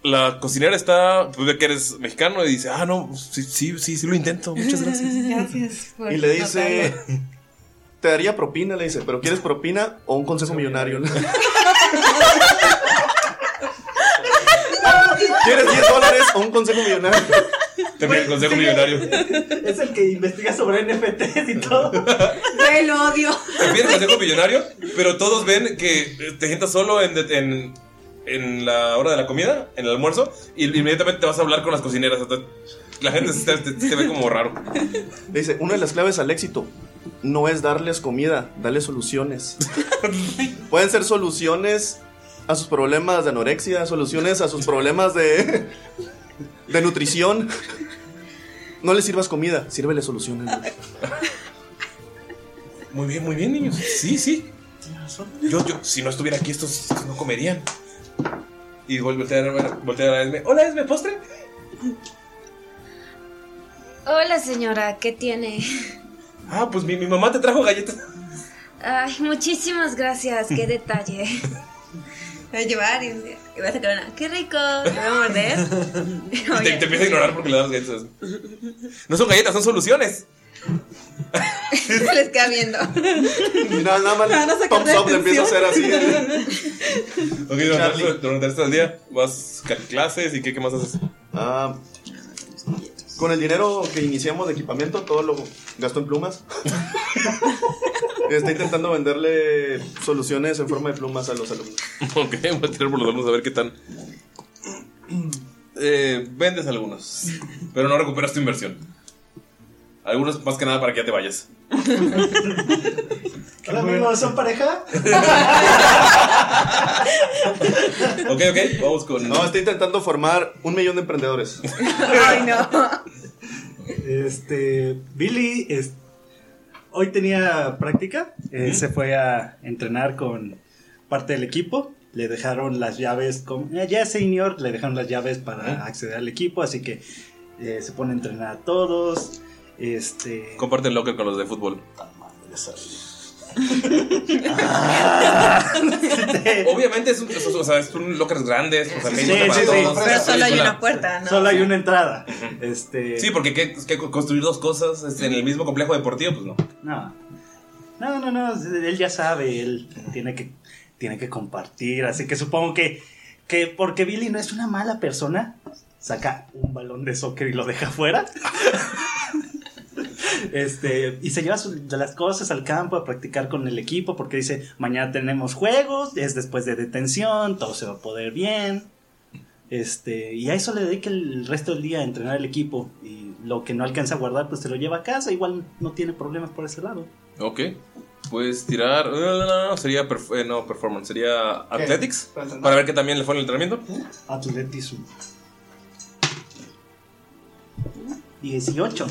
La cocinera está. Pues ve que eres mexicano y dice: Ah, no, sí, sí, sí, sí lo intento. Muchas gracias. Gracias. por Y le dice, notarlo. te daría propina, le dice, pero ¿quieres propina o un consejo millonario? ¿Quieres 10 dólares o un consejo millonario? Te pide el consejo millonario. Es el que investiga sobre NFTs y todo. Güey, lo odio. Te piden consejo millonario, pero todos ven que te sientas solo en, en, en la hora de la comida, en el almuerzo, y inmediatamente te vas a hablar con las cocineras. o sea, la gente se- te, te ve como raro. Le dice, una de las claves al éxito no es darles comida, darles soluciones. Pueden ser soluciones a sus problemas de anorexia, soluciones a sus problemas de, de nutrición. No les sirvas comida, sírveles soluciones. Muy bien, muy bien, niños. Sí, sí. Yo, yo, si no estuviera aquí, estos no comerían. Y vol- voltea, a ver- voltea a Esme. Hola, Esme, postre. Hola señora, ¿qué tiene? Ah, pues mi, mi mamá te trajo galletas. Ay, muchísimas gracias, qué detalle. Voy a llevar y, y voy a sacar una. ¡Qué rico! Me voy a morder. Y te, te empieza a ignorar porque le das galletas. No son galletas, son soluciones. Se les queda viendo. Nada, nada más Van a el thumbs up le empieza a hacer así. Ok, durante, durante el resto del día vas a clases y qué, qué más haces. Ah, con el dinero que iniciamos de equipamiento, todo lo gasto en plumas. Está intentando venderle soluciones en forma de plumas a los alumnos. Ok, voy a tirar por los alumnos a ver qué tan. Eh, vendes algunos, pero no recuperas tu inversión. Algunos más que nada para que ya te vayas. Hola amigos, ¿son pareja? Ok, ok, vamos con. No, está intentando formar un millón de emprendedores. Ay, no. Este, Billy es- hoy tenía práctica, eh, se fue a entrenar con parte del equipo, le dejaron las llaves, con, eh, ya es senior, le dejaron las llaves para acceder al equipo, así que eh, se pone a entrenar a todos, este... Comparte el locker con los de fútbol. Obviamente es un, o sea, es un locker grande. O sea, Sí, hay sí, lugar para sí, todos. pero solo hay Es una puerta, ¿no? Solo hay una entrada. Este... Sí, porque ¿qué, qué construir dos cosas este, en el mismo complejo deportivo, pues no. No. No, no, no, él ya sabe, él tiene que, tiene que compartir, así que supongo que, que porque Billy no es una mala persona, saca un balón de soccer y lo deja fuera. Este, y se lleva su- de las cosas al campo a practicar con el equipo porque dice, mañana tenemos juegos, es después de detención, todo se va a poder bien. Este, y a eso le dedica el resto del día a entrenar el equipo y lo que no alcanza a guardar pues se lo lleva a casa, igual no tiene problemas por ese lado. Ok. Puedes tirar. No, no, no, no, sería. perf- eh, no, performance. Sería ¿Qué? Pues, Athletics. Para entrenar. Para ver qué también le fue en el entrenamiento. Atletismo. 18.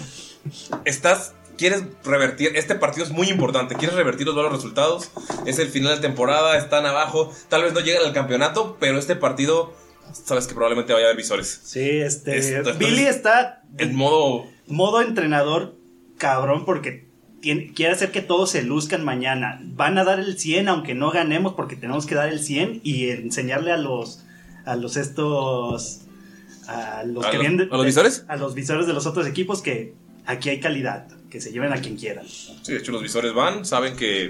Estás. Quieres revertir. Este partido es muy importante. Quieres revertir los malos resultados. Es el final de temporada. Están abajo. Tal vez no llegan al campeonato. Pero este partido. Sabes que probablemente vaya a haber visores. Sí, este. Esto- esto Billy es- está En modo. modo entrenador cabrón porque tiene- quiere hacer que todos se luzcan mañana. Van a dar el 100 aunque no ganemos porque tenemos que dar el 100 y enseñarle a los a los estos a los ¿A que lo- vienen de- a los visores? a los visores de los otros equipos que aquí hay calidad, que se lleven a quien quieran. Sí, de hecho los visores van, saben que,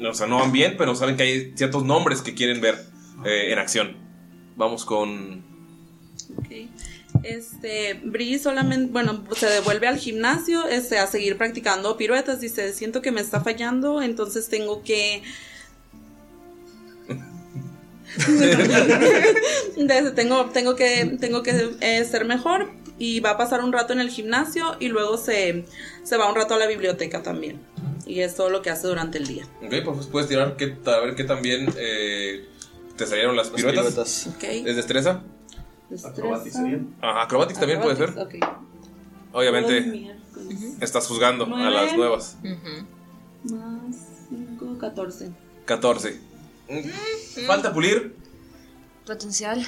o sea, no van bien, pero saben que hay ciertos nombres que quieren ver eh, en acción. Vamos con... Ok. Este, Bri solamente, bueno, se devuelve al gimnasio este, a seguir practicando piruetas. Dice, siento que me está fallando, entonces tengo que... Dice, tengo, tengo que, tengo que eh, ser mejor y va a pasar un rato en el gimnasio y luego se, se va un rato a la biblioteca también. Y es todo lo que hace durante el día. Ok, pues puedes tirar que, a ver qué también eh, te salieron las piruetas. Ok. ¿Es destreza? Destreza. Ajá, acrobatics también puede ser. Acrobatics, ok. Ay, Obviamente mierda. estás juzgando a Nueve. las nuevas. Ujú. Más 5, 14. 14. Mm. Falta pulir, Potencial.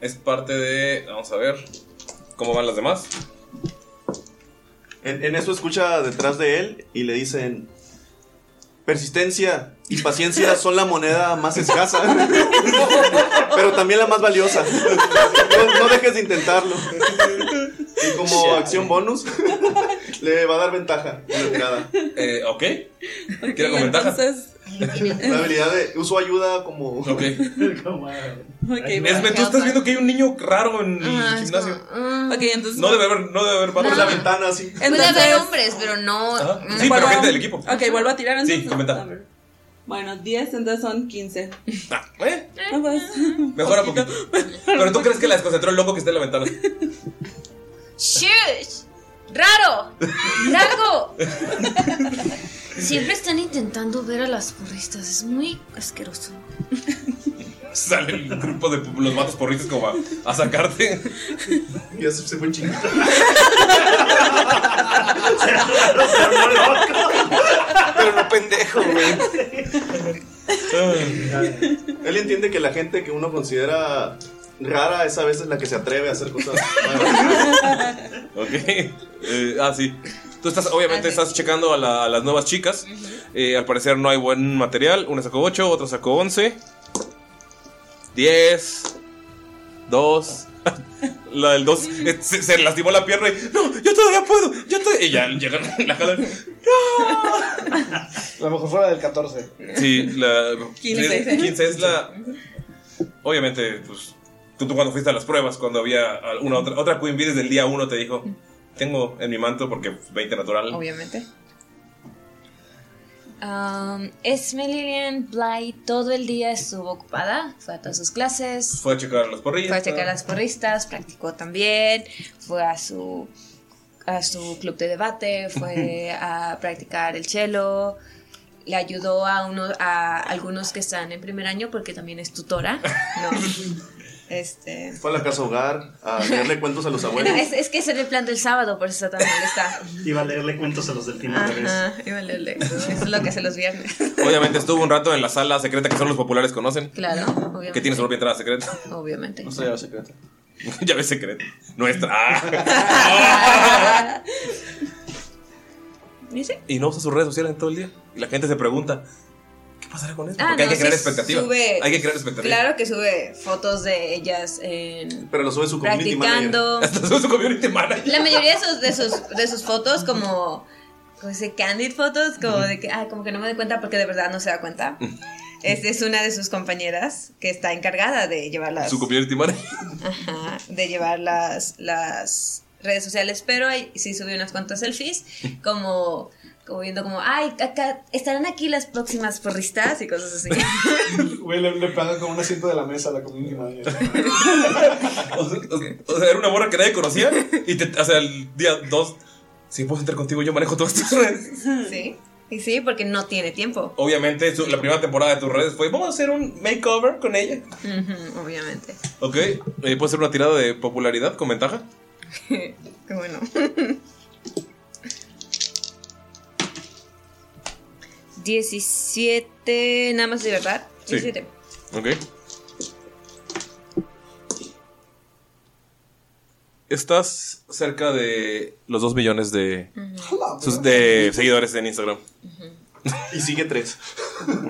es parte de... Vamos a ver cómo van las demás. En, en eso escucha detrás de él y le dicen: Persistencia y paciencia son la moneda más escasa, pero también la más valiosa. No, no dejes de intentarlo. Y como Chale. acción bonus, le va a dar ventaja en la tirada. Eh, ok. Tira con ventaja. La habilidad de uso ayuda como. Ok. bueno. Esme, tú estás viendo que hay un niño raro en Ah, es el gimnasio. ah, Ok, entonces. No debe haber, no debe haber vatos. Por la ventana, sí. Puede haber Entonces- eh, hombres, pero no. Ajá. mm, Sí, pero bueno, gente del equipo. Ok, vuelvo a tirar entonces. Sí, comenta. Bueno, 10, entonces son 15. Ah, ¿eh? No, pues, Mejora poquito. Pero tú crees que la desconcentró el loco que está en la ventana. ¡Shush! ¡Raro! ¡Largo! Siempre están intentando ver a las porristas. Es muy asqueroso. Sale el grupo de los matos porritos como a, a sacarte. Y así se fue chingando. Pero no pendejo, güey. Él entiende que la gente que uno considera rara es a veces la que se atreve a hacer cosas. Ok. Eh, ah, sí. Tú estás, obviamente, estás checando a, la- a las nuevas chicas. Eh, al parecer no hay buen material. Una sacó 8, otra sacó 11. 10. 2. La del 2 se, se lastimó la pierna y. ¡No! ¡Yo todavía puedo! ¡Yo todavía! Y ya llegan, la jalan. A lo mejor fuera del 14. Sí, la. 15. 15 es la. Obviamente, pues. Tú, tú cuando fuiste a las pruebas, cuando había una otra, otra Queen Bee desde el día 1 te dijo: Tengo en mi manto porque 20 natural. Obviamente. Um, Esme Lillian Bly todo el día estuvo ocupada, fue a todas sus clases, Fue a checar las porrillas. fue a checar las porristas, practicó también, fue a su a su club de debate, fue a practicar el cello, le ayudó a uno, a algunos que están en primer año porque también es tutora, ¿no? Este Fue a la casa hogar a leerle cuentos a los abuelos. es, es que es el plan del sábado, por eso está tan molesta. Iba a leerle cuentos a los del team otra vez. Ajá, iba a leerle. Eso es lo que hace los viernes. Obviamente estuvo un rato en la sala secreta que solo los populares conocen. Claro, obviamente. Que tiene su propia entrada secreta. Obviamente. llave secreta. llave secreta. Nuestra. Ah. ¿Y sí? Y no usa sus redes sociales en todo el día. Y la gente se pregunta. Ah, Porque hay no, que crear sí expectativa. sube- Hay que crear expectativa. Claro que sube fotos de ellas en... Pero lo sube su community Practicando. manager. Hasta sube su community manager. La mayoría de sus, de sus, de sus fotos como... Como se candid fotos, como de que, ah, como que no me doy cuenta porque de verdad no se da cuenta. Esta es una de sus compañeras que está encargada de llevarlas. Su community manager. Ajá, de llevar las, las redes sociales, pero ahí sí subí unas cuantas selfies, como, como viendo como, ay, acá estarán aquí las próximas porristas y cosas así. Güey, le, le pagan con un asiento de la mesa a la community manager. O sea, era una morra que nadie conocía. Y te, o sea, el día 2. Si puedo entrar contigo, yo manejo todas tus redes. Sí, y sí, porque no tiene tiempo. Obviamente, su- la primera temporada de tus redes fue: Vamos a hacer un makeover con ella. Ujú, obviamente. Ok, eh, ¿puedo hacer una tirada de popularidad con ventaja? Qué bueno. 17, nada más de verdad. Sí. 17. Ok. Estás cerca de los 2 millones de, sus- de seguidores en Instagram. Y sigue 3. Mm,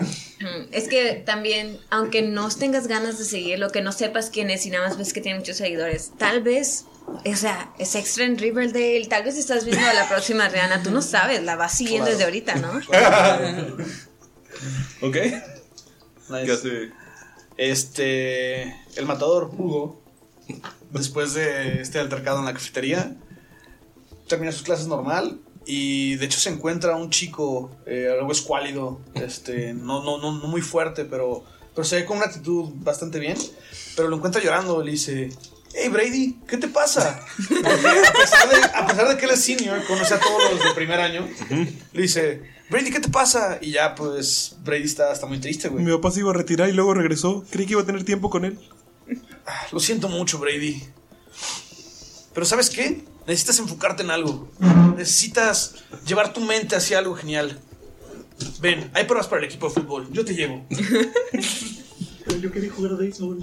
Es que también, aunque no tengas ganas de seguirlo, que no sepas quién es y nada más ves que tiene muchos seguidores, tal vez, o sea, es extra en Riverdale, tal vez estás viendo a la próxima Rihanna, tú no sabes, la vas siguiendo Claro. desde ahorita, ¿no? ok. ¿Qué hace? Este. El matador Hugo, después de este altercado en la cafetería, termina sus clases normal. Y de hecho se encuentra un chico, eh, algo escuálido, este, no, no, no, no muy fuerte, pero, pero se ve con una actitud bastante bien. Pero lo encuentra llorando, le dice: Hey Brady, ¿qué te pasa? Porque a, pesar de, a pesar de que él es senior, conoce a todos los de primer año, le dice: Brady, ¿qué te pasa? Y ya, pues, Brady está, está muy triste, güey. Mi papá se iba a retirar y luego regresó. Creí que iba a tener tiempo con él. Ah, Lo siento mucho, Brady. Pero ¿sabes qué? Necesitas enfocarte en algo. Necesitas llevar tu mente hacia algo genial. Ven, hay pruebas para el equipo de fútbol. Yo te llevo. Pero yo quería jugar a béisbol.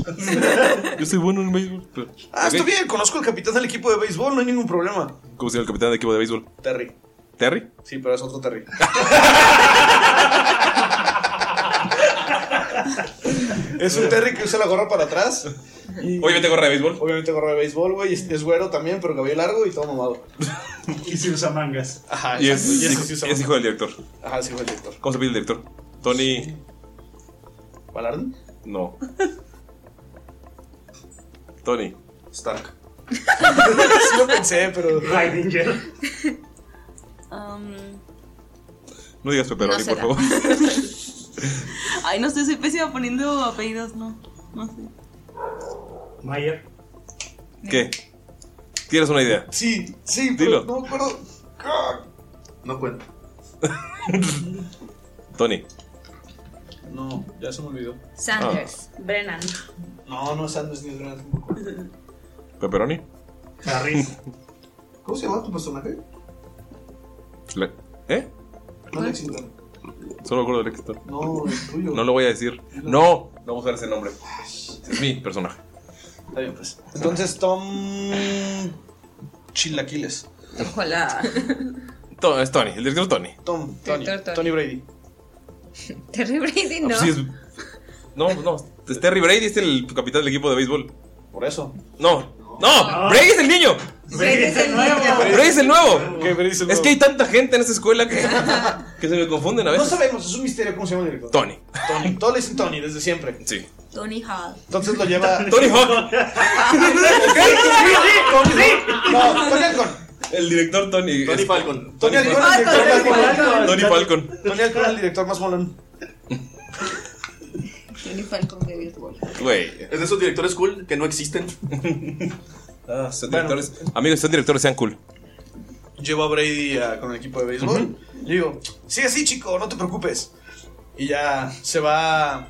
Yo soy bueno en béisbol. pero- Ah, Ok. estoy bien. Conozco al capitán del equipo de béisbol. No hay ningún problema. ¿Cómo se llama el capitán del equipo de béisbol? Terry. ¿Terry? Sí, pero es otro Terry. es un Terry que usa la gorra para atrás. Obviamente gorra de béisbol. Obviamente gorra de béisbol, güey. Es es güero también, pero cabello largo y todo mamado. Y si usa mangas. Ajá, Y es, Ah, exacto. Y eso sí y es usamos. hijo del director. Ajá, es hijo del director. ¿Cómo se pide el director? Tony. ¿Balarden? No. Tony. Stark. sí lo pensé, pero. Ranger. Um, No digas Pepperoni, por No será. favor. ay, no sé, soy pésima poniendo apellidos, no. No sé. Mayer. ¿Qué? ¿Tienes una idea? Sí, sí, Dilo. no me acuerdo. No cuenta. Tony. No, ya se me olvidó. Sanders. Brennan. No, no es Sanders ni es Grant. ¿Pepperoni? Harris. ¿Cómo se llama tu personaje? Le- ¿Eh? No Lexington. Solo me acuerdo de Lexington. No, el tuyo. No lo voy a decir. No, no voy a usar ese nombre. Ese Es mi personaje. Está bien, pues. Entonces, Tom. Mm, Chilaquiles. Ojalá. To- es Tony, el director Tony. Tom, Tony, Director Tony. Tony Brady. Terry Brady, no. Ah, pues Sí, es- No, pues no. Es Terry Brady es el capitán del equipo de béisbol. Por eso. No. No, Brady es el niño. Brady es el nuevo. Brady es el nuevo. Es que hay tanta gente en esta escuela que, que se me confunden a No veces. sabemos, es un misterio cómo se llama el director. Pues Tony. Tony. Todos le dicen Tony desde siempre. Sí. Tony Hall. Entonces lo lleva. Tony Hawk. No, Tony Alcon. El director Tony. Tony Falcon. Tony Alcon es el Falcon. director Tony Falcon. más molón. Tony Alcon es el director más molón. Tony Falcon de béisbol. Güey. Es de esos directores cool que no existen. Ah, son directores. Amigos, son directores, sean cool. Llevo a Brady a- con el equipo de béisbol. Le digo, sigue así, chico, no te preocupes. Y ya se va.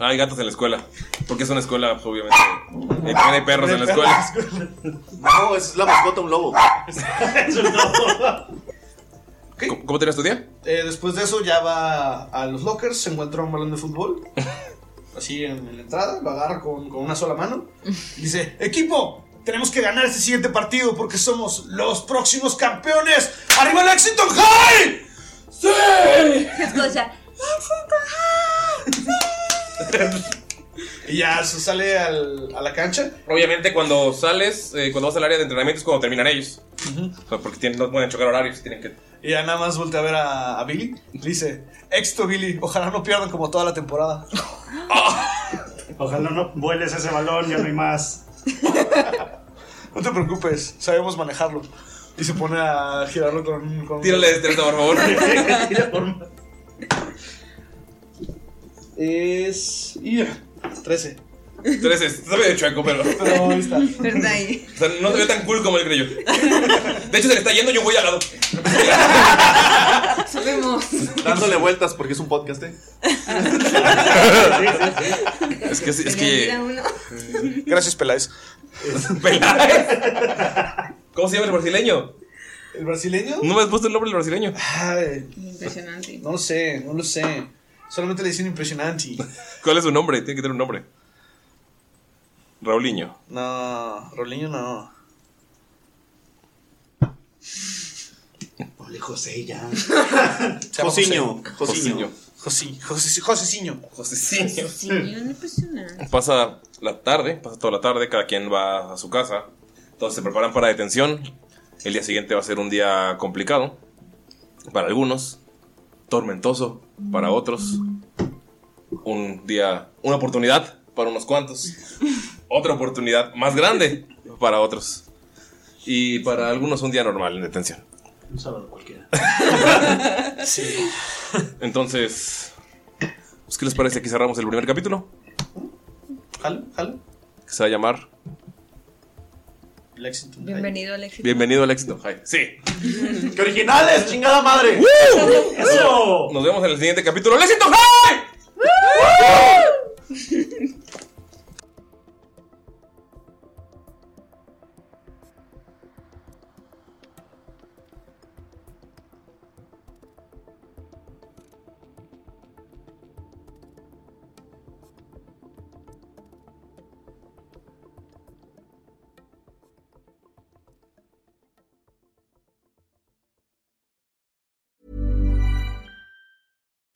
Ah, hay gatos en la escuela. Porque es una escuela, pues, obviamente. Y también hay perros en la escuela. No, es la mascota un lobo. ¿Cómo, cómo tenías tu día? Eh, después de eso ya va a los lockers, se encuentra un balón de fútbol. Así en la entrada, lo agarra con, con una sola mano. y Dice, equipo, tenemos que ganar este siguiente partido porque somos los próximos campeones. ¡Arriba el éxito High! ¡Sí! Escucha. Y ya se sale al- a la cancha. Obviamente cuando sales, eh, cuando vas al área de entrenamiento es cuando terminan ellos. O sea, porque tienen- no pueden chocar horarios, tienen que... Y ya nada más voltea a ver a, a Billy. Le dice, éxito Billy, ojalá no pierdan como toda la temporada. ¡Ah! Ojalá no vueles ese balón, ya no hay más. No te preocupes, sabemos manejarlo. Y se pone a girarlo con... con Tírale de destreza, por favor. es... y 13. 13, sabe de chueco, pero... Pero ahí está. ¿Verdad? Y- O sea, no se ve tan cool como él creyó. De hecho, se le está yendo yo voy al lado. Sabemos. Dándole vueltas porque es un podcast, ¿eh? Es que... Es Mira que uno. Gracias, Peláez. ¿Cómo se llama el brasileño? ¿El brasileño? No me has puesto el nombre del brasileño. Ay, Impresionante. no lo sé, no lo sé. Solamente le dicen impresionante. ¿Cuál es su nombre? Tiene que tener un nombre. Raulinho. No, Roliño no. Ponle José ya. Josiño, Josiño. José, José, Joseciño. Sí, impresionante. Pasa la tarde, pasa toda la tarde, cada quien va a su casa. Todos se preparan para detención. El día siguiente va a ser un día complicado para algunos, tormentoso para otros. Un día, una oportunidad para unos cuantos, otra oportunidad más grande para otros. Y para algunos un día normal en detención. Un sábado cualquiera. Sí. Entonces, pues, ¿qué les parece? Aquí cerramos el primer capítulo, Jalo, jalo. que se va a llamar El éxito. Bienvenido al éxito. Bienvenido al éxito. Ay, sí. ¡Qué originales, chingada madre! ¡Woo! ¡Eso! Nos vemos en el siguiente capítulo. ¡El éxito! ¡Ja!